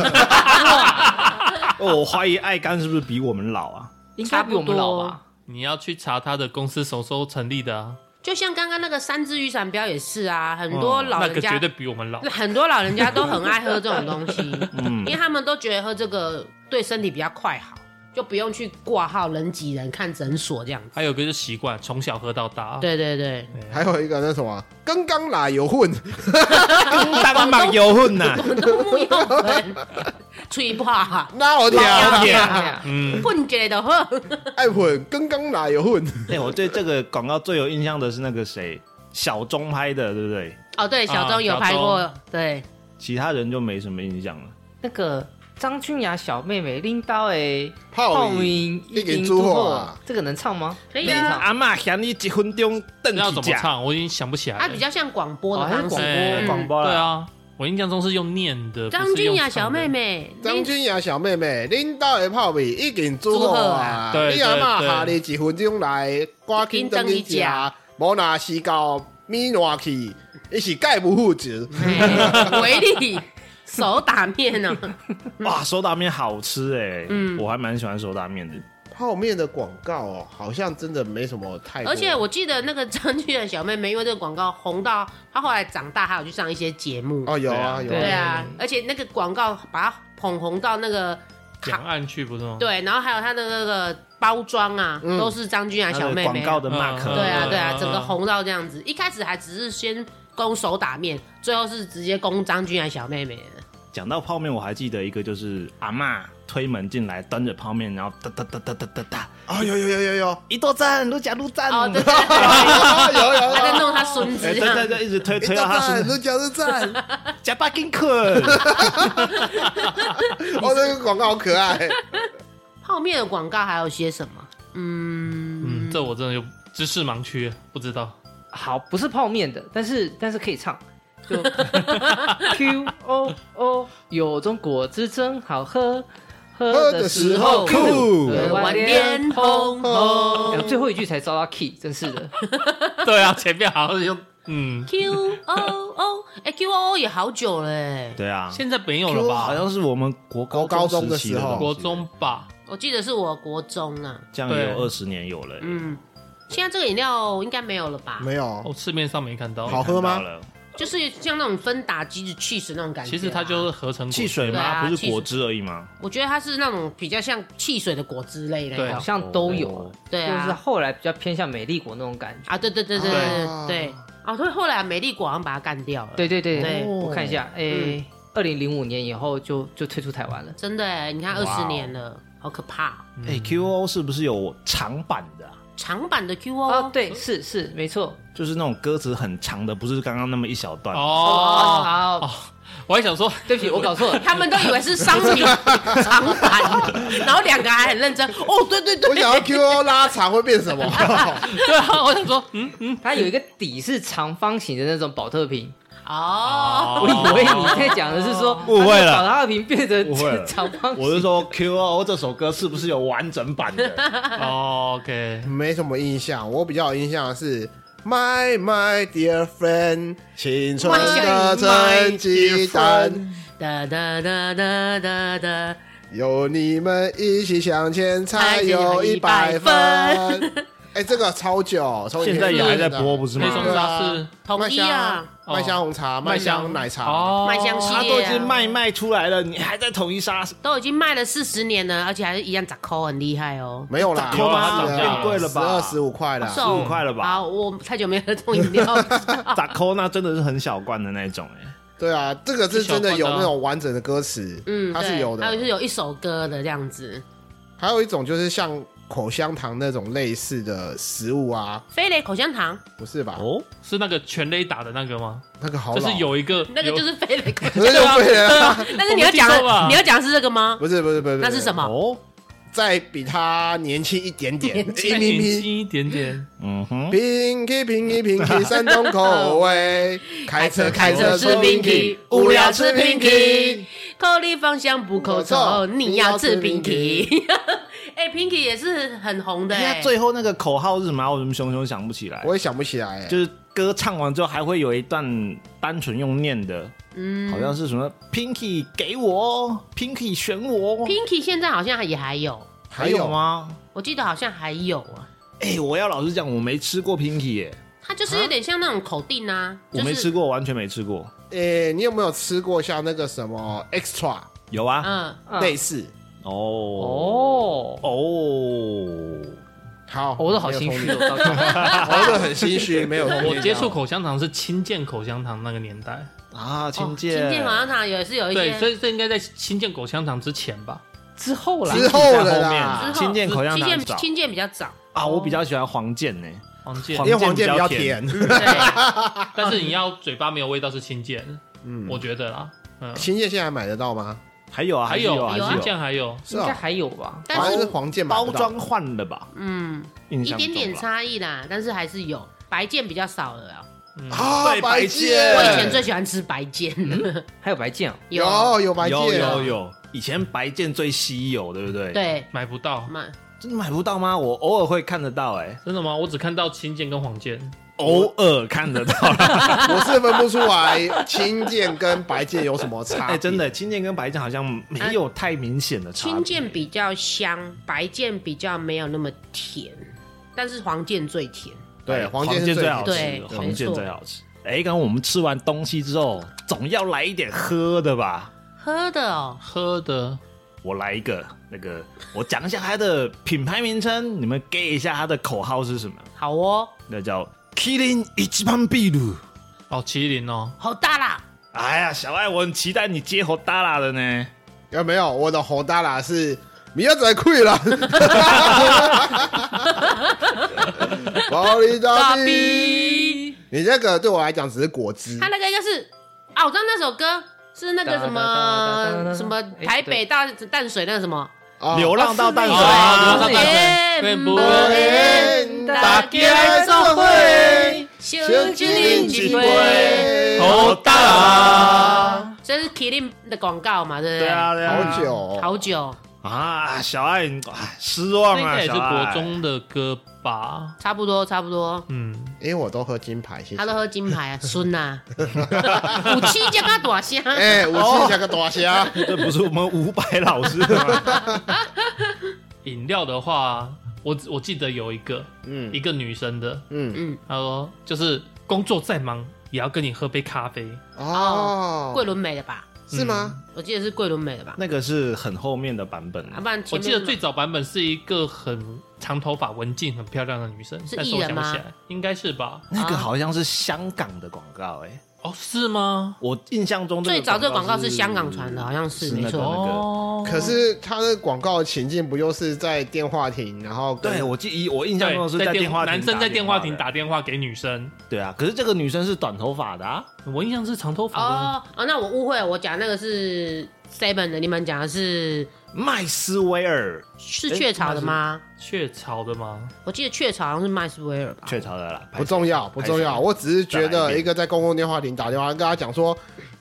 S3: 哦我怀疑爱肝是不是比我们老啊？
S2: 应该比我们老吧？
S1: 你要去查他的公司什么时候成立的啊？
S5: 就像刚刚那个三只雨伞标也是啊，很多
S3: 嗯
S5: 老
S1: 那
S5: 人
S1: 个
S5: 家、
S1: 绝对比我们老。
S5: 很多老人家都很爱喝这种东 西，
S3: 嗯
S5: 因为他们都觉得喝这个对身体比较快好，就不用去挂号人挤人看诊所这样子。
S1: 还有一个就是习惯，从小喝到大。，
S5: 对 对对，
S4: 还有一个那什么，刚刚奶油混，
S3: 当马油混呐，
S5: 广东木药粉，吹泡，
S4: 那我天啊，
S1: 嗯，
S5: 混起来的喝。
S4: 爱混，刚刚奶油混，
S3: 对，哎我对这个广告最有印象的是那个谁，小钟拍的，对不对？
S5: 哦，对，小
S1: 啊
S5: 钟有
S1: 小
S5: 拍过
S1: 钟，
S5: 对，
S3: 其他人就没什么印象了。
S2: 那个张君雅小妹妹拎刀诶，
S4: 泡饮
S2: 影
S4: 一
S2: 一
S4: 饮
S2: 饮诸
S4: 诸侯
S2: 后
S4: 啊，
S2: 这个能唱吗？
S5: 可以
S2: 没
S5: 啊
S2: 唱。
S3: 阿妈喊你一分钟瞪
S1: 要
S3: 起
S1: 怎么
S3: 架，
S1: 唱？我已经想不起来了。
S5: 啊它比较像广播的
S2: 哦它是
S5: 方
S2: 广
S5: 式。
S1: 哎
S5: 嗯
S3: 广播
S1: 对
S3: 了。
S1: 啊，我印象中是用念的。
S5: 张
S1: 不是
S5: 君
S1: 用
S5: 雅
S1: 唱
S5: 小
S1: 的
S5: 妹，妹，
S4: 张君雅小妹妹，恁兜的泡面已经煮好啊！
S1: 煮好啊
S4: 你阿
S1: 对对
S4: 嬷
S1: 对
S4: 下日一分钟来，赶紧等去食，
S5: 啊
S4: 无若时到米烂去，伊是概不负责。
S5: 哎维力手打面哦呢，
S3: 哇，手打面好吃哎，
S5: 嗯
S3: 我还蛮喜欢手打面的。
S4: 泡面的广告哦，好像真的没什么太多。
S5: 而且我记得那个张君啊雅小妹妹，因为这个广告红到她后来长大，还有去上一些节目。
S4: 哦，有啊有
S2: 对
S5: 对
S4: 啊，
S5: 啊，而且那个广告把它捧红到那个
S1: 两岸去不是吗？
S5: 对，然后还有她的那个包装啊，
S4: 嗯
S5: 都是张君雅小
S3: 它的
S5: 妹
S3: 广
S5: 妹。
S3: 告的
S1: 嗯
S3: mark，
S1: 嗯
S5: 对啊，
S1: 嗯
S5: 对啊
S1: 嗯，
S5: 整个
S1: 嗯
S5: 红到这样子，一开始还只是先攻手打面，最后是直接攻张君雅小妹妹了。
S3: 讲到泡面，我还记得一个，就是阿嬷推门进来，端着泡面，然后哒哒哒哒哒哒哒，
S4: 啊有有有有有
S3: 一多赞，如假如赞，
S5: 哦，对
S3: 对
S5: 对对，
S4: 啊有有
S5: 还在
S4: 有，
S5: 弄她孙子啊
S3: 哎对
S5: 这样
S3: 对，对，一直推
S4: 你
S3: 推到他身上，
S4: 你讲是 赞，
S3: 假巴金困，
S4: 哦那个广告好可爱。
S5: 泡面的广告还有些什么？嗯，
S1: 嗯，这我真的就知识盲区，不知 道。
S2: 好，不是泡面的，但是但是可以唱。就 Q O O，有种果汁真好喝，
S4: 喝
S2: 喝
S4: 的
S2: 的
S4: 时
S2: 时候
S4: 候酷
S2: 喝
S5: 晚点红
S2: 哎
S5: 红
S2: 我最后一句才招到 key，真是的。
S1: 对啊，前面好像是用 嗯，
S5: Q O O，哎，Q O O 也好久了哎，
S3: 对啊，
S1: 现在没有了
S3: 好
S1: 吧？
S3: 像是我们国高
S4: 高中的
S3: 时期
S4: 时候
S3: 东西
S1: 国中吧，
S5: 我记得是我国中啊，
S3: 这样也
S1: 对
S3: 有二十年有了，
S5: 嗯，现在这个饮料应该没有了吧？
S4: 没有
S1: 哦，市面上没看到。
S4: 好喝吗
S3: 看到了？
S5: 就是像那种芬达鸡子 cheese 那种感觉啊。
S1: 其实它就是合成果
S3: 汽水
S5: 对
S3: 吗？
S5: 啊
S3: 不是果汁而已吗？
S5: 我觉得它是那种比较像汽水的果汁类的那
S1: 对
S5: 种
S2: 好。像都有
S3: 哦，
S5: 对
S2: 就
S5: 啊，
S2: 是后来比较偏向美丽果那种感觉。
S5: 啊，对对对对
S4: 对
S5: 对对，啊，对，后来美丽果好像把它干掉了。，
S2: 对对对，
S5: 对
S2: 我看一下，哎，二零零五年以后就就退出台湾了。
S5: 真的哎，你看二
S3: 哇哦
S5: 十年了，好可怕哦。
S3: 哎，QO 是不是有长版的啊？
S5: 长版的 Q
S2: 哦
S5: 哦，，，
S2: 对，是是没错。
S3: 就是那种歌词很长的，不是刚刚那么一小段。
S5: 啊
S1: 哦，
S2: 好，
S1: 我还想说，
S2: 对不起，我搞 错了。
S5: 他们都以为是商品长版，然后两个还很认真。哦，对对对，
S4: 我想要 QO 拉长会变什么？
S1: 对啊，我想说，嗯嗯，
S2: 它有一个底是长方形的那种保特瓶，
S5: 哦，
S2: 我以为你在讲的是说
S3: 误会了
S2: 把保特瓶变
S3: 误会
S2: 成
S3: 了
S2: 长方
S3: 我是
S2: 形。
S3: 说 QO 这首歌是不 是有完整版的？
S1: 哦，OK，
S4: 没什么印象，我比较有印象的是 My my dear friend，青春
S5: My
S4: 的成绩单，
S5: 哒哒哒哒哒哒，
S4: 有你们一起向前才有一百分
S5: 才有。
S4: 哎，这个超久，
S5: 哦
S4: 从以前
S3: 现在也还在
S5: 啊
S3: 播，不是吗
S1: 黑？松沙是
S5: 统
S4: 麦
S5: 一
S4: 香
S5: 啊，
S1: 哦
S4: 麦香红茶、麦香奶
S3: 啊
S4: 茶，
S1: 哦，
S5: 麦香系
S3: 他都已
S5: 列
S3: 经
S5: 啊
S3: 卖卖出来了，你还在统一杀？
S5: 都已经卖了四十年了，而且还是一样砸扣，很厉害哦。
S4: 没有啦，
S3: 有啊它
S4: 是
S3: 涨价贵了吧
S4: 十二啊十五块啦。
S5: 送
S3: 15块了吧
S5: 好，我太久没喝这种饮料了。
S3: 咋抠？那真的是很小罐的那种哎、
S4: 对啊，这个是真的
S1: 小
S4: 有
S1: 罐的哦
S4: 那种完整的歌词，
S5: 嗯，
S4: 它是
S5: 对
S4: 有的
S5: 还。有是有一首歌的这样子。
S4: 还有一种就是像口香糖那种类似的食物啊，
S5: 飞雷口香糖，
S4: 不是吧？
S3: 哦，
S1: 是那个全垒打的那个吗？
S4: 那个好
S1: 就
S4: 老，
S1: 是有一个，
S5: 那个就是飞雷口香
S4: 可是就废了啊。
S5: 糖。但是你要讲
S1: 我没听说吧
S5: 的，你要讲的是这个吗？
S4: 不是不是不是，
S5: 那是什
S4: 么？
S5: 么？
S3: 哦，
S4: 再比他年轻一点点，一
S1: 再
S4: 咪
S1: 年
S4: 咪。
S1: 轻一点点，
S3: 嗯哼，
S4: Pinky Pinky Pinky 山东口味，开车开车吃 Pinky，无聊吃 Pinky。
S5: 口里芳香不口臭，你要吃 Pinky。哎，Pinky 也是很红的
S3: 哎
S5: 哎
S3: 呀，。最后那个口号是什么？我怎么熊熊想不起来？
S4: 我也想不起来、欸，
S3: 就是歌唱完之后还会有一段单纯用念的，
S5: 嗯
S3: 好像是什么 Pinky 给我，Pinky 选我
S5: Pinky 现在好像也还有，
S3: 还有？吗？
S5: 我记得好像还有啊。
S3: 哎、我要老实讲，我没吃过 Pinky 耶、
S5: 它就是有点像那种口定啊，
S3: 我没
S5: 就
S3: 吃
S5: 是
S3: 过，完全没吃过。
S4: 诶、你有没有吃过像那个什么 extra
S3: 有啊，
S5: 嗯，
S4: 类似？
S2: 哦，
S3: 哦哦，
S4: 好，
S2: 我都好心虚
S4: 没有
S2: 哦，到底
S4: 同理，我都很 心虚，没有同理
S1: 我接触口香糖是清健口香糖那个年代，
S3: 啊，青
S5: 哦
S3: 剑，
S5: 青剑好像它也是有一
S1: 对，所
S5: 些。
S1: 以这应该在清健口香糖之前吧？
S2: 之后啦，
S4: 之后了啦，
S5: 之后
S3: 啊青剑口香
S5: 青
S3: 糖
S5: 剑
S3: 早
S5: 青剑比较早，
S3: 啊，我比较喜欢黄剑呢、
S1: 黄健
S3: 黄，
S4: 因为黄健比较甜，
S5: 对，
S1: 但是你要嘴巴没有味道是清健，
S4: 嗯，
S1: 我觉得啦，嗯，
S4: 青叶现在买得到吗？
S3: 还有啊，
S1: 还
S3: 有
S1: 有
S3: 啊，还
S5: 有啊
S1: 清
S3: 是有，
S1: 健还有，
S4: 是
S2: 应该
S4: 啊、
S2: 还有吧？
S5: 但
S4: 好像是
S5: 是
S4: 黄健买
S3: 包
S4: 不到
S3: 装换了吧？
S5: 嗯，
S3: 印
S5: 一
S3: 象
S5: 点点
S3: 中啦
S5: 差异啦，但是还是有。白剑比较少了啊，
S1: 嗯，
S4: 啊，
S3: 对
S4: 白
S3: 白
S4: 健，
S3: 健
S5: 我以前最喜欢吃白剑，
S2: 还有白酱，
S4: 有有白健，啊
S3: 有有有，以前白剑最稀有，对不对？，
S5: 对，
S1: 买不到，
S5: 蛮
S3: 真的买不到吗？我偶尔会看得到、哎，
S1: 真的吗？我只看到清健跟黄健，
S3: 偶尔看得到啦。
S4: 我是分不出来青剑跟白健有什么差、
S3: 哎、真，的，青剑跟白剑好像没有太明显的差别。
S5: 青剑比较香，白剑比较没有那么甜，但是黄剑最甜。
S4: 对，黄健
S3: 哎黄
S4: 是
S3: 剑
S4: 最
S3: 最
S4: 好
S3: 好
S4: 吃。
S5: 对
S3: 吃，黄
S5: 没
S3: 剑
S5: 错
S3: 最好吃。哎、刚刚我们吃完东西之后，总要来一点喝的吧？
S5: 喝的哦，
S1: 喝的
S3: 我来一个，那个我讲一下它的品牌名称，你们 get 一下它的口号是什么？
S5: 好哦，
S3: 那叫 Killing 一番ビール。
S1: 哦，麒麟哦，
S5: 好大啦，
S3: 哎呀，小爱，我很期待你接猴耷拉的呢。
S4: 有没有？我的红大啦是米亚仔溃 了，保利大逼。
S5: 逼。
S4: 你这个对我来讲只是果汁
S5: 他，那个应该是啊，我知道那首歌是那个什么什么台北大淡水那个什么，
S4: 哦
S3: 流啊浪到淡水，
S1: 哦
S5: 不
S1: 流浪到淡水
S5: 不
S4: 会
S5: 啊
S4: 大
S3: 啊
S4: 家来做伙
S5: 小精灵一杯，
S1: 头大
S4: 啦，
S5: 这是 Killing 的广告嘛，对不对？
S3: 对啊，对啊，
S4: 好久哦
S5: 好久，
S3: 啊！小爱，你哎失望
S1: 这应
S3: 啊！
S1: 该也是
S3: 小
S1: 国，
S3: 爱
S1: 中的歌吧？
S5: 差不多差不多，
S1: 嗯，
S4: 因为我都喝金牌，谢谢
S5: 他。都喝金牌啊，孙呐，有七加个大啊声，
S4: 哎，我吃下个大
S5: 哦
S4: 虾，
S3: 这不是我们伍佰老师的 吗？
S1: 饮料的话，我我记得有一个一
S4: 嗯
S1: 个女生的，
S4: 嗯，
S5: 嗯，
S1: 她说就是工作再忙也要跟你喝杯咖啡，
S4: 哦，
S5: 桂纶镁的吧，
S4: 是吗？
S5: 我记得是桂纶镁的吧，
S3: 那个是很后面的版本，
S5: 啊，不然
S1: 我
S5: 前面
S1: 记得最早版本是一个很长头发、文静、很漂亮的女生，
S5: 是
S1: 但是
S5: 艺
S1: 我
S5: 人
S1: 想不
S5: 吗
S1: 起来，应该是吧？
S3: 那个好像是香港的广告，哎，
S1: 哦，是吗？
S3: 我印象中
S5: 最早这个广告是香港传的，好像是
S3: 是那
S5: 没
S3: 个
S5: 错。
S1: 哦，
S5: 嗯
S4: 可是他的广告情境不就是在电话亭，然后跟
S3: 对，我记忆我印象中
S1: 对，
S3: 是
S1: 在
S3: 电话亭
S1: 男生在电话亭
S3: 的
S1: 打电话给女生，
S3: 对啊，可是这个女生是短头发的啊，
S1: 我印象是长头发的。
S5: 哦哦，那我误会了，我讲那个是 Seven 的，你们讲的是
S3: 麦斯威尔
S5: 是雀巢的吗？
S1: 雀巢的吗？
S5: 我记得雀巢好像是麦斯威尔吧？
S3: 雀巢的啦，
S4: 不重要，不重要。我只是觉
S3: 再
S4: 得
S3: 来一遍
S4: 一个在公共电话亭打电话，跟他讲说：“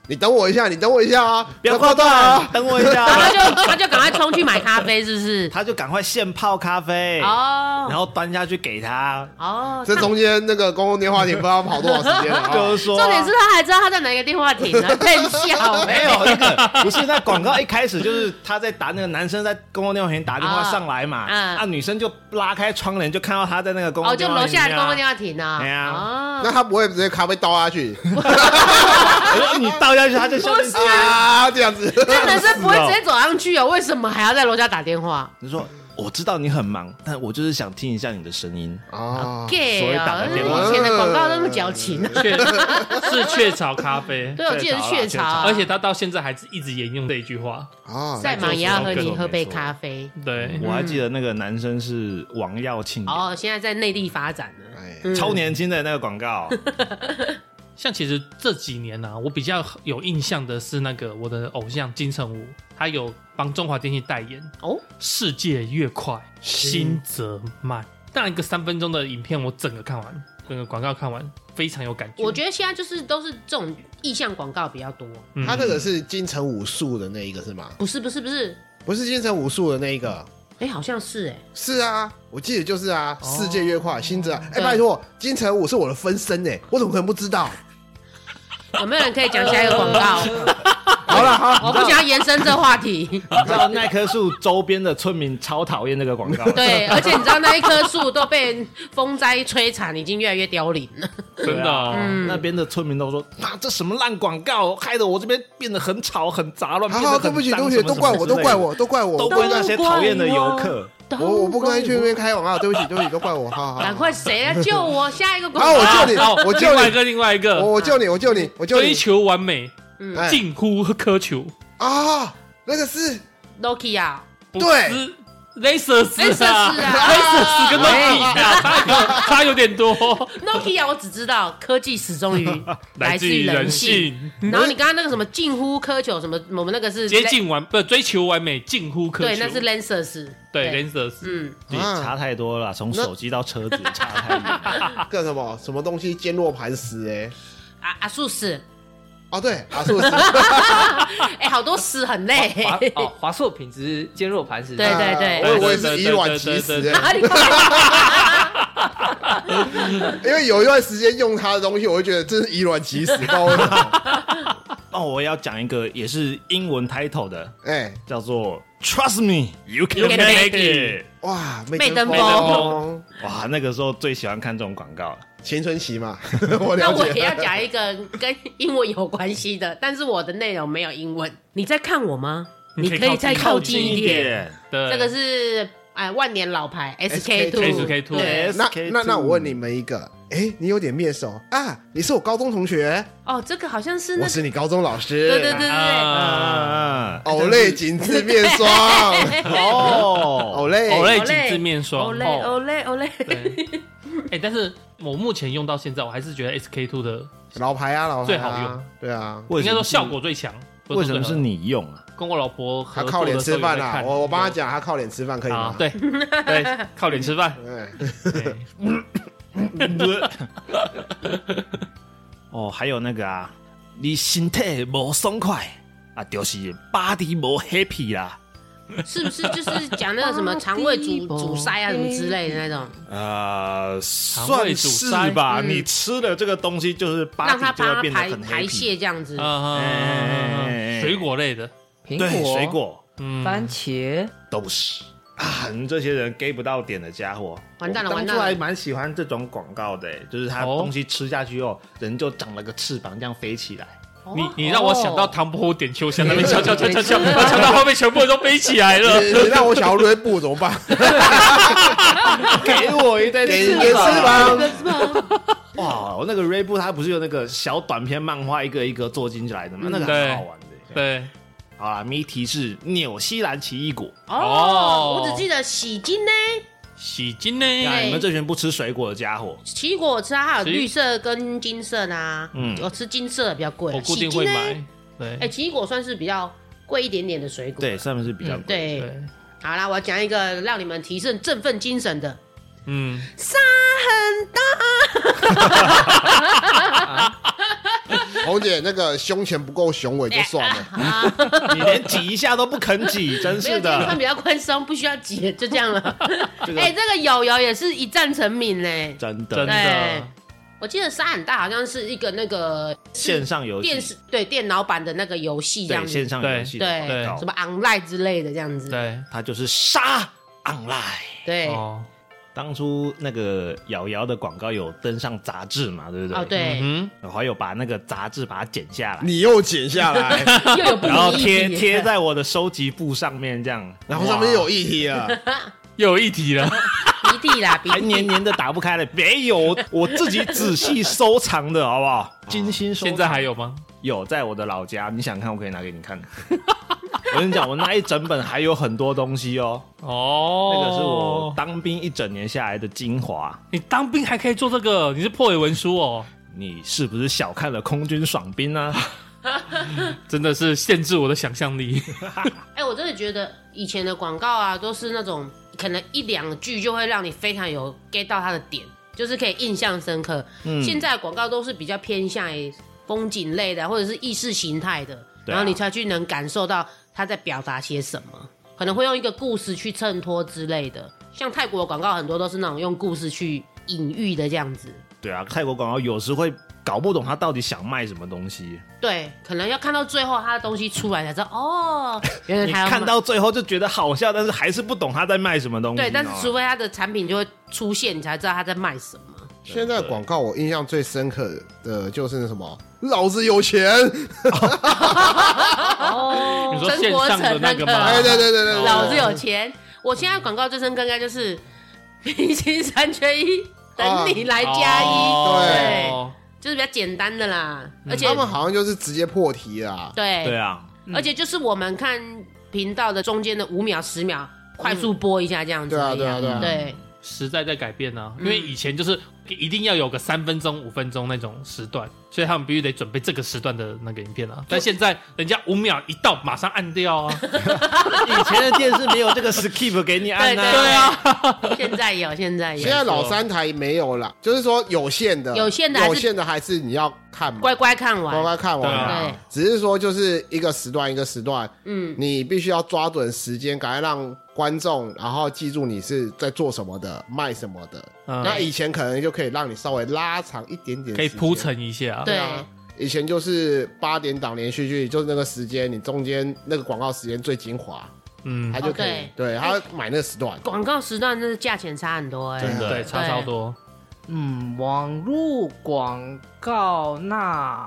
S4: 你等我一下，你等我一下啊，
S3: 不要挂
S4: 挂断
S3: 断
S4: 啊！
S3: 等我一下
S5: 然后
S3: 啊
S5: 他。就他就赶快冲去买咖啡，是不是？
S3: 他就哎赶快现泡咖啡，然
S5: 哦
S3: 后端下去给他，
S5: 哦，
S4: 这
S5: 那
S4: 中间那个公共电话亭不知道跑多少时 间了
S3: 就
S4: 啊！
S3: 是说
S5: 重点是他还知道他在哪一个电话亭呢，更 笑
S3: 没有那个 不是那广告一开始就是他在打那个男生在公共电话亭打电话
S5: 啊
S3: 上来嘛，
S5: 嗯
S3: 啊女生就拉开窗帘就看到他在那个公
S5: 哦，
S3: 共
S5: 就
S3: 电话
S5: 楼
S3: 亭
S5: 下
S3: 啊
S5: 的公共电话亭呢。
S3: 哎呀
S5: 哦
S4: 那他不会直接咖啡倒下 去
S3: 我哎说你倒下去，他就笑脸。
S4: 啊？这 样子，
S5: 那男生不会直接走上去哦，为什么还要在楼下打电话
S3: 你说我知道你很忙，但我就是想听一下你的声音。
S4: 啊，
S3: 所
S5: ？gay
S3: 以打
S5: 啊，
S3: 个
S5: 那
S3: 电话
S5: 以前的广告那么矫情啊。
S1: 雀 是雀巢咖啡，
S5: 对，我记得是血
S3: 雀
S5: 潮
S3: 巢
S5: 啊，
S1: 而且他到现在还是一直沿用这一句话。
S4: 啊，
S5: 再忙也要和你喝杯咖啡。
S1: 对，
S3: 我还记得那个男生是王耀庆，
S5: 嗯哦，现在在内地发展了。
S4: 哎，
S5: 嗯
S3: 超年轻的那个广 告，
S1: 像其实这几年呢、啊，我比较有印象的是那个我的偶像金城武，他有帮中华电信代言
S5: 哦，
S1: 世界越快，心则慢。但一个三分钟的影片，我整个看完，整个广告看完，非常有感觉。
S5: 我觉得现在就是都是这种意向广告比较多。
S1: 嗯
S4: 他那个是金城武术的那一个是吗？
S5: 不是不是不是，
S4: 不是金城武术的那一个，
S5: 哎，好像是 哎，
S4: 是啊，我记得就是啊，
S1: 哦
S4: 世界越快，新泽，哎，
S5: 对
S4: 拜托，金城武是我的分身哎，我怎么可能不知道？
S5: 有没有人可以讲下一个广告？
S4: 好了，好了，
S5: 我不想要延伸这话题。
S3: 你知道那棵树周边的村民超讨厌那个广告。
S5: 对，而且你知道那一棵树都被风灾摧残，已经越来越凋零了。
S1: 真的、哦，
S3: 啊
S4: 嗯
S3: 那边的村民都说：“啊，这什么烂广告，害得我这边变得很吵、很杂乱。”
S4: 好好，对不起，对不起，都怪我，都怪，我，都怪
S3: 都
S4: 我，
S3: 怪那些讨厌的游客。
S4: 我我不该去那边开网啊，对不起，对不起，都怪我，好好，
S5: 赶
S4: 好
S5: 快谁来救我？下一个广
S4: 好，
S5: 告。
S4: 我救你
S1: 好，
S4: 我
S1: 哦另
S4: 救
S1: 外一
S4: 你，
S1: 个，另外一
S4: 我
S1: 个，
S4: 我救你，我救你，我救
S1: 追
S4: 你
S1: 求完美，
S4: 哎
S1: 近乎苛求，
S4: 啊，那个是
S5: Nokia，
S1: 不
S4: 对
S1: 是。Lasers 啊
S5: Lasers 啊哎
S1: ，Lasers 跟 Nokia 啊差差有点多，
S5: Nokia，我只知道科技始终于 来自于人
S1: 人
S5: 性。
S1: 性，
S5: 然后你刚刚那个什么近乎苛求什么，我们那个是
S1: 接近完不追求完美，近乎苛求。
S5: 对，那是 Lancers。
S1: 对 Lasers，
S5: 嗯，
S3: 对，差太多
S4: 嗯
S3: 了，从手机到车子差太 远。
S4: 个什么什么东西坚若磐石哎，
S5: 啊啊，素食，
S4: 哦对，啊，是不 是？
S5: 哎，好多屎很累。
S2: 华哦，华硕品质坚若磐石。
S5: 对对对
S4: 啊我我也是以卵击
S1: 对对对
S4: 石
S1: 对对
S4: 哎
S5: 啊，，你看
S4: 哎因为有一段时间用他的东西，我会觉得真是以卵击石，不知 道为什么
S3: 那哦我要讲一个也是英文 title 的，
S4: 哎，
S3: 叫做 “Trust me, you can
S5: You can
S3: make
S1: make
S3: it”。
S4: 哇，
S5: 麦
S4: 麦
S5: 登
S1: 麦登
S4: 风
S1: 风，
S3: 哇，那个时候最喜欢看这种广告了。
S4: 青春期嘛， 我
S5: 那
S4: 了
S5: 我
S4: 解。
S5: 也要讲一个跟英文有关系的，但是我的内容没有英文。你在看我吗？你
S1: 你
S5: 可
S1: 可以
S5: 以再靠
S1: 靠
S5: 近
S1: 近
S5: 一
S1: 一
S5: 点。
S1: 对，
S5: 这个是哎万年老牌
S4: SK2
S5: SK two
S1: SK 嗯 two
S5: 对
S4: 那
S3: SK2
S4: 那那我问你们一个，哎，你有点面熟啊？你是我高中同学，
S5: 哦，这个好像是那
S4: 我
S5: 个
S4: 是你高中老师。
S5: 对对对对对，
S1: 啊，
S3: 啊，
S4: 欧蕾紧致面 霜，
S3: 哦，
S4: 欧蕾
S1: 偶类
S5: Olay
S1: 紧致面霜，
S5: 哦嘞
S1: 哦
S5: 哦嘞哦嘞，
S1: 对， 哎，但是我目前用到现在，我还是觉得 SK two 的
S4: 老牌啊，老牌啊
S1: 最好用，
S4: 对啊，
S3: 为
S1: 应
S3: 什
S1: 该
S3: 么
S1: 说
S3: 是
S1: 效果最强。不
S3: 为
S1: 是
S3: 什
S1: 最
S3: 么是
S1: 好
S3: 你用啊？
S1: 跟我老婆合
S4: 他
S1: 作
S4: 靠脸
S1: 的时候
S4: 吃饭
S1: 有在
S4: 啊，
S1: 看
S4: 我我帮他讲，他靠脸吃饭可以
S1: 啊
S4: 吗，？
S1: 对 对，靠脸吃饭。
S4: 对，
S1: 对
S3: 哦，还有那个啊，你身体无爽快啊，就是 body 无 happy 啊啦。
S5: 是不是就是讲那个什么肠胃阻阻塞啊什么之类的
S1: 嗯
S5: 那种，
S3: 呃，
S1: 胃
S3: 算
S1: 阻
S3: 是
S1: 塞
S3: 吧。
S5: 嗯
S3: 你吃了这个东西，就是
S5: 让它
S3: body 就
S5: 帮
S3: 会
S5: 它
S3: 变得
S5: 排
S3: 很 happy
S5: 排泄。这样子
S1: 啊啊，啊啊
S3: 哎
S1: 啊水果类的，
S2: 苹
S3: 对，
S2: 果、
S3: 水、果
S1: 嗯，
S2: 番茄，
S3: 都是啊，你这些人 get 不到点的家伙，
S5: 完蛋了
S3: 我
S5: 完
S3: 当初
S5: 蛋了
S3: 还蛮喜欢这种广告的、就是它
S1: 哦
S3: 东西吃下去后，人就长了个翅膀，这样飞起来。
S1: 你你让我想到
S2: 哦
S1: 唐伯虎点秋香那边敲敲 敲敲敲，然后敲到后面全部人都飞起来了。
S4: 你你让我想要锐步怎么 办？
S3: 给我一堆
S4: 给你个翅 膀，
S3: 哇，那个 Ray 布它不是有那个小短篇漫画一个一个做进来的
S4: 嗯
S3: 吗？那个很好玩的。，
S1: 对，
S3: 好啦，谜题是纽西兰奇异果。
S5: 哦
S1: 哦，
S5: 我只记得洗精呢，
S1: 洗精呢？
S3: 呀，
S5: 对
S3: 你们这群不吃水果的家伙，
S5: 奇异果我吃它还有
S1: 奇
S5: 绿色跟金色的啊，
S3: 嗯
S5: 我吃金色的比较贵，
S1: 我固定
S5: 洗
S1: 会
S5: 精呢
S1: 买。对，
S5: 哎，奇异果算是比较贵一点点的水果，
S3: 对，上面是比较贵。
S5: 嗯对
S1: 对，
S5: 好啦，我要讲一个让你们提振振奋精神的，
S1: 嗯，
S5: 沙很大，
S4: 我红姐那个胸前不够雄伟就算了，
S5: 啊，
S3: 你连挤一下都不肯 挤，真
S5: 没有
S3: 是
S5: 今天穿
S3: 的。
S5: 比较宽松，不需要挤，就这样了。
S3: 这个
S5: 哎，这个友友也是一战成名嘞。
S3: 真
S1: 真
S3: 的
S5: 对
S1: 的，
S5: 我记得沙很大好像是一个那个
S3: 线上游戏，
S5: 电视对电脑版的那个游戏这样
S3: 对线
S5: 子，
S3: 上游戏的
S5: 对
S3: 广
S5: 什
S3: 告，
S5: 么 online 之类的这样子。
S1: 对，
S3: 它就是杀 online。
S5: 对
S1: 哦，
S3: 当初那个瑶瑶的广告有登上杂志嘛，对不对？
S5: 哦，对，
S1: 嗯，
S3: 还有把那个杂志把它剪下来，
S4: 你又剪下 来，
S5: 又有不
S3: 然后
S5: 同意
S3: 贴
S5: 见
S3: 贴在我的收集簿上面，这样，
S4: 然后上面有议题了，
S1: 又有一题了，
S5: 鼻涕啦， 鼻
S3: 还
S5: 涕
S3: 黏黏的打不开了。没有，我自己仔细收藏的好不好？精心收藏。
S1: 现在还有吗？
S3: 哦有在我的老家，你想看我可以拿给你 看。我跟你讲，我那一整本还有很多东西哦，
S1: 哦，
S3: 那个是我当兵一整年下来的精华。
S1: 你当兵还可以做这个，你是破伪文书哦，
S3: 你是不是小看了空军爽兵啊？
S1: 真的是限制我的想象力。
S5: 哎、我真的觉得以前的广告啊，都是那种可能一两句就会让你非常有 get 到它的点，就是可以印象深刻。
S3: 嗯
S5: 现在的广告都是比较偏向于风景类的，或者是意识形态的，
S3: 对啊
S5: 然后你才去能感受到他在表达些什么，可能会用一个故事去衬托之类的。像泰国的广告很多都是那种用故事去隐喻的这样子。
S3: 对啊，泰国广告有时会搞不懂他到底想卖什么东西，
S5: 对，可能要看到最后他的东西出来才知道，哦，原来
S3: 你
S5: 他要卖
S3: 看到最后就觉得好笑，但是还是不懂他在卖什么东西。
S5: 对，但是
S4: 哦
S3: 你知道
S5: 除
S3: 吗
S5: 非它的产品就会出现，你才知道它在卖什么。
S4: 现在广告我印象最深刻的就是那什么，老子有钱，
S5: 哦
S1: 你说线上的那个吗哦
S4: 哎，对对对对，对
S5: 老子有钱。我现在广告最深刻应该就是明星三缺一，等你来加一，
S1: 哦
S5: 就是比较简单的啦。而且
S4: 嗯他们好嗯像就是直接破题啦，
S3: 对
S5: 对，
S3: 啊，
S5: 而且就是我们看频道的中间的五秒、十秒，快速播一下这样子
S4: 对啊
S5: 而已。
S4: 对啊对啊
S5: 对
S1: 时代在改变啊，因为以前就是一定要有个三分钟、五分钟那种时段，所以他们必须得准备这个时段的那个影片啊。但现在人家五秒一到，马上按掉 啊。
S3: 以前的电视没有这个 skip 给你按
S5: 对
S3: 啊。
S5: 对啊！现在有，现在
S4: 现
S5: 有，
S4: 在老三台没有啦，就是说有限的，
S5: 哎有限的还是
S4: 有限的还是你要看嘛，
S5: 乖乖看
S4: 乖
S5: 完。
S4: 乖看完
S5: 对
S4: 嘛
S5: 啊。
S4: 只是说就是一个时段一个时段，
S5: 嗯，
S4: 你必须要抓准时间，赶快让观众然后记住你是在做什么的，卖什么的。那以前可能就可以让你稍微拉长一点点，
S1: 嗯可以铺。陈一下、啊。
S5: 对
S4: 啊以前就是八点档连续剧，就是那个时间，你中间那个广告时间最精华，
S1: 嗯，
S4: 他就可以
S5: 哦，
S4: 对他买那个时段。
S5: 广告时段真的价钱差很多哎。
S4: 真的
S1: 对，差超多。
S2: 嗯，网络广告那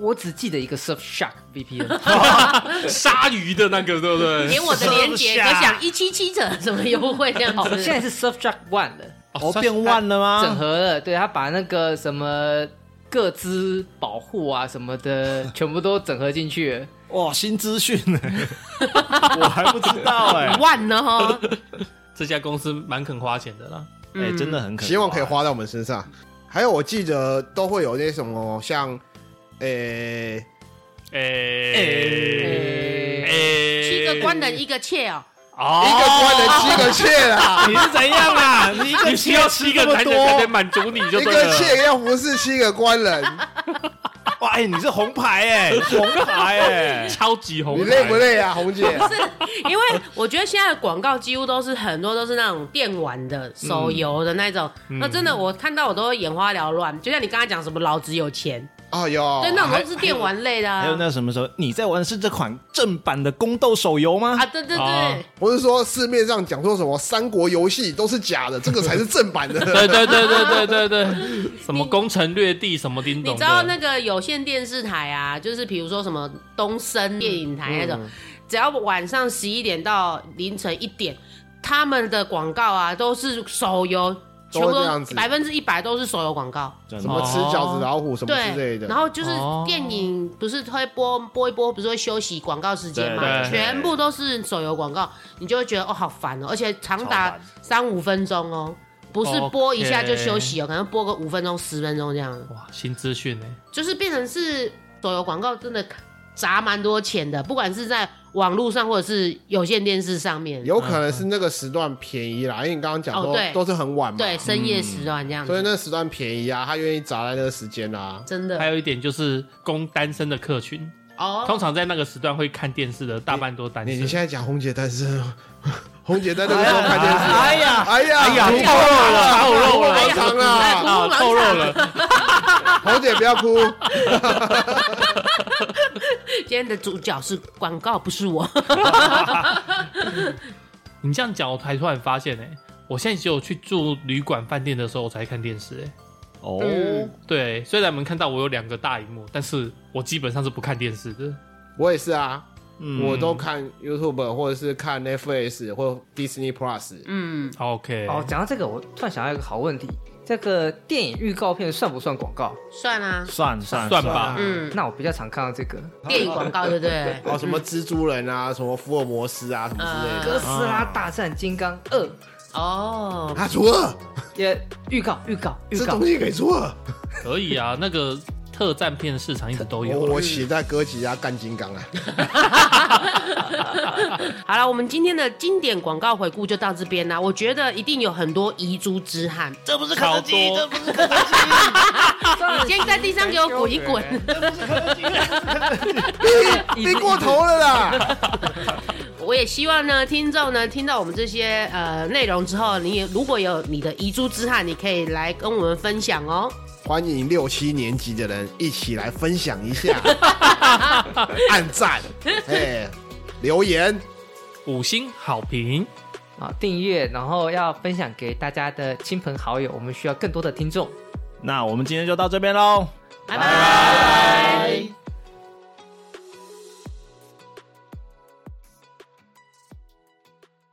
S2: 我只记得一个 Surfshark VPN，
S1: 鲨鱼的那个，对不 对？
S5: 连我的连接可想一七七折什么优惠这样
S2: 哦，
S5: 子。
S2: 现在是 Surfshark One 了。
S3: 哦，变
S1: 哎
S3: 万了
S2: 整
S3: 吗？
S2: 合了，对他把那个什么各资保护啊什么的，全部都整合进去了。
S3: 哇，新资讯呢，我还不知道 哎、
S5: 五万呢哈，
S1: 这家公司蛮肯花钱的啦。
S3: 哎、真的很可
S4: 希望可以花到我们身上。还有，我记得都会有那什么像，诶、哎
S1: 诶
S5: 七个官人一个妾 哦，
S1: 哦，
S4: 一个官人七个妾啦，
S3: 你是怎样啊？你一个
S1: 哎你需要七个才能才能
S3: 多
S1: 满足你就
S4: 一
S1: 对
S4: 个
S1: 了。
S4: 妾要服侍七个官人，
S3: 哇！哎、你是红牌哎、红牌哎、
S1: 超级红
S4: 你
S1: 牌，
S4: 累不累啊，红姐？
S5: 因为我觉得现在的广告几乎都是很多都是那种电玩的、手游的那种，
S3: 嗯
S5: 那真的我看到我都会眼花缭乱。就像你刚才讲什么老子有钱，
S4: 哦哟，
S5: 对，那种都是电玩类的
S3: 还有
S5: 啊，
S3: 那什么时候你在玩的是这款正版的宫斗手游吗？
S5: 啊，对对
S1: 哦
S5: 对，
S4: 不是说市面上讲说什么三国游戏都是假的，这个才是正版
S1: 对
S4: 的。
S1: 对对对对对对，什么攻城略地，什么叮
S5: 你
S1: 咚的，
S5: 知道那个有线电视台啊，就是比如说什么东森电影台那种，只要晚上十一点到凌晨一点，他们的广告啊都是手游，
S4: 都
S5: 全
S4: 会
S5: 部
S4: 这样子
S5: 百分之一百都是手游广告。
S3: 真
S4: 什
S3: 的
S4: 么吃饺子老虎什么
S5: 对，
S4: 之类的，
S5: 然后就是
S1: 哦
S5: 电影不是会播播一播，不是会休息广告时间嘛
S1: 对，对
S5: 全部都是手游广告，你就会觉得哦好烦哦，而且长
S3: 超
S5: 达
S3: 烦
S5: 三五分钟哦，不是
S1: OK
S5: 播一下就休息哦，可能播个五分钟十分钟这样。啊
S1: 哇，新资讯呢？哎
S5: 就是变成是手游广告真的砸蛮多钱的，不管是在网络上或者是有线电视上面，
S4: 有可能是那个时段便宜啦，因为你刚刚讲
S5: 哦
S4: 都
S5: 对
S4: 都是很晚嘛，
S5: 对，深夜时段这样子，
S4: 所以那个时段便宜啊，他愿意砸在那个时间啊。
S5: 真的
S1: 还有一点就是供单身的客群，
S5: 哦，
S1: 通常在那个时段会看电视的大半都单
S4: 你你
S1: 身。
S4: 现在讲红姐单身，红姐在那个时候看电视，哎呀，哎呀，哎
S1: 呀
S4: 透露了，
S1: 透露了
S4: 冷场
S5: 哎
S4: 了，
S5: 呀
S1: 啊，透露了，
S4: 红姐不要哭，
S5: 今天的主角是广告，不是我。
S1: 你这样讲，我才突然发现，哎，我现在只有去住旅馆、饭店的时候，我才看电视，哎，
S3: 哦，
S5: 嗯
S1: 对，虽然你们看到我有两个大荧幕，但是我基本上是不看电视的。
S4: 我也是啊，
S1: 嗯
S4: 我都看 YouTube 或者是看 Netflix 或 Disney Plus，
S5: 嗯，
S1: OK。
S2: 哦，讲到这个，我突然想到一个好问题：这个电影预告片算不算广告？
S5: 算啊，
S3: 算算
S1: 算吧
S5: 嗯，
S2: 那我比较常看到这个，
S5: 电影广告对不对？
S4: 哦，什么蜘蛛人啊，什么福尔摩斯啊，什么之类
S2: 《哥
S4: 的。
S2: 斯拉大战金刚二》
S5: 哦，
S4: 啊，初二，
S2: 也预告预告预
S4: 这
S2: 告
S4: 东，西给初二。
S1: 可以啊，那个特战片市场一直都
S4: 我
S1: 有啊。
S4: 我期待哥吉拉干金刚啊！
S5: 好了，我们今天的经典广告回顾就到这边啦。我觉得一定有很多遗珠之憾，
S3: 这不是肯德基，
S1: 好
S3: 这
S1: 多
S3: 不是肯德基，
S2: 啊
S5: 你先在地上给我滚一滚。
S4: 逼逼过头了啦！
S5: 我也希望呢，听众呢听到我们这些呃内容之后，你也如果有你的遗珠之憾，你可以来跟我们分享哦。
S4: 欢迎六七年级的人一起来分享一下，按赞，哎，留言，
S1: 五星好评，
S2: 啊，订阅，然后要分享给大家的亲朋好友，我们需要更多的听众。
S3: 那我们今天就到这边喽。
S5: 拜拜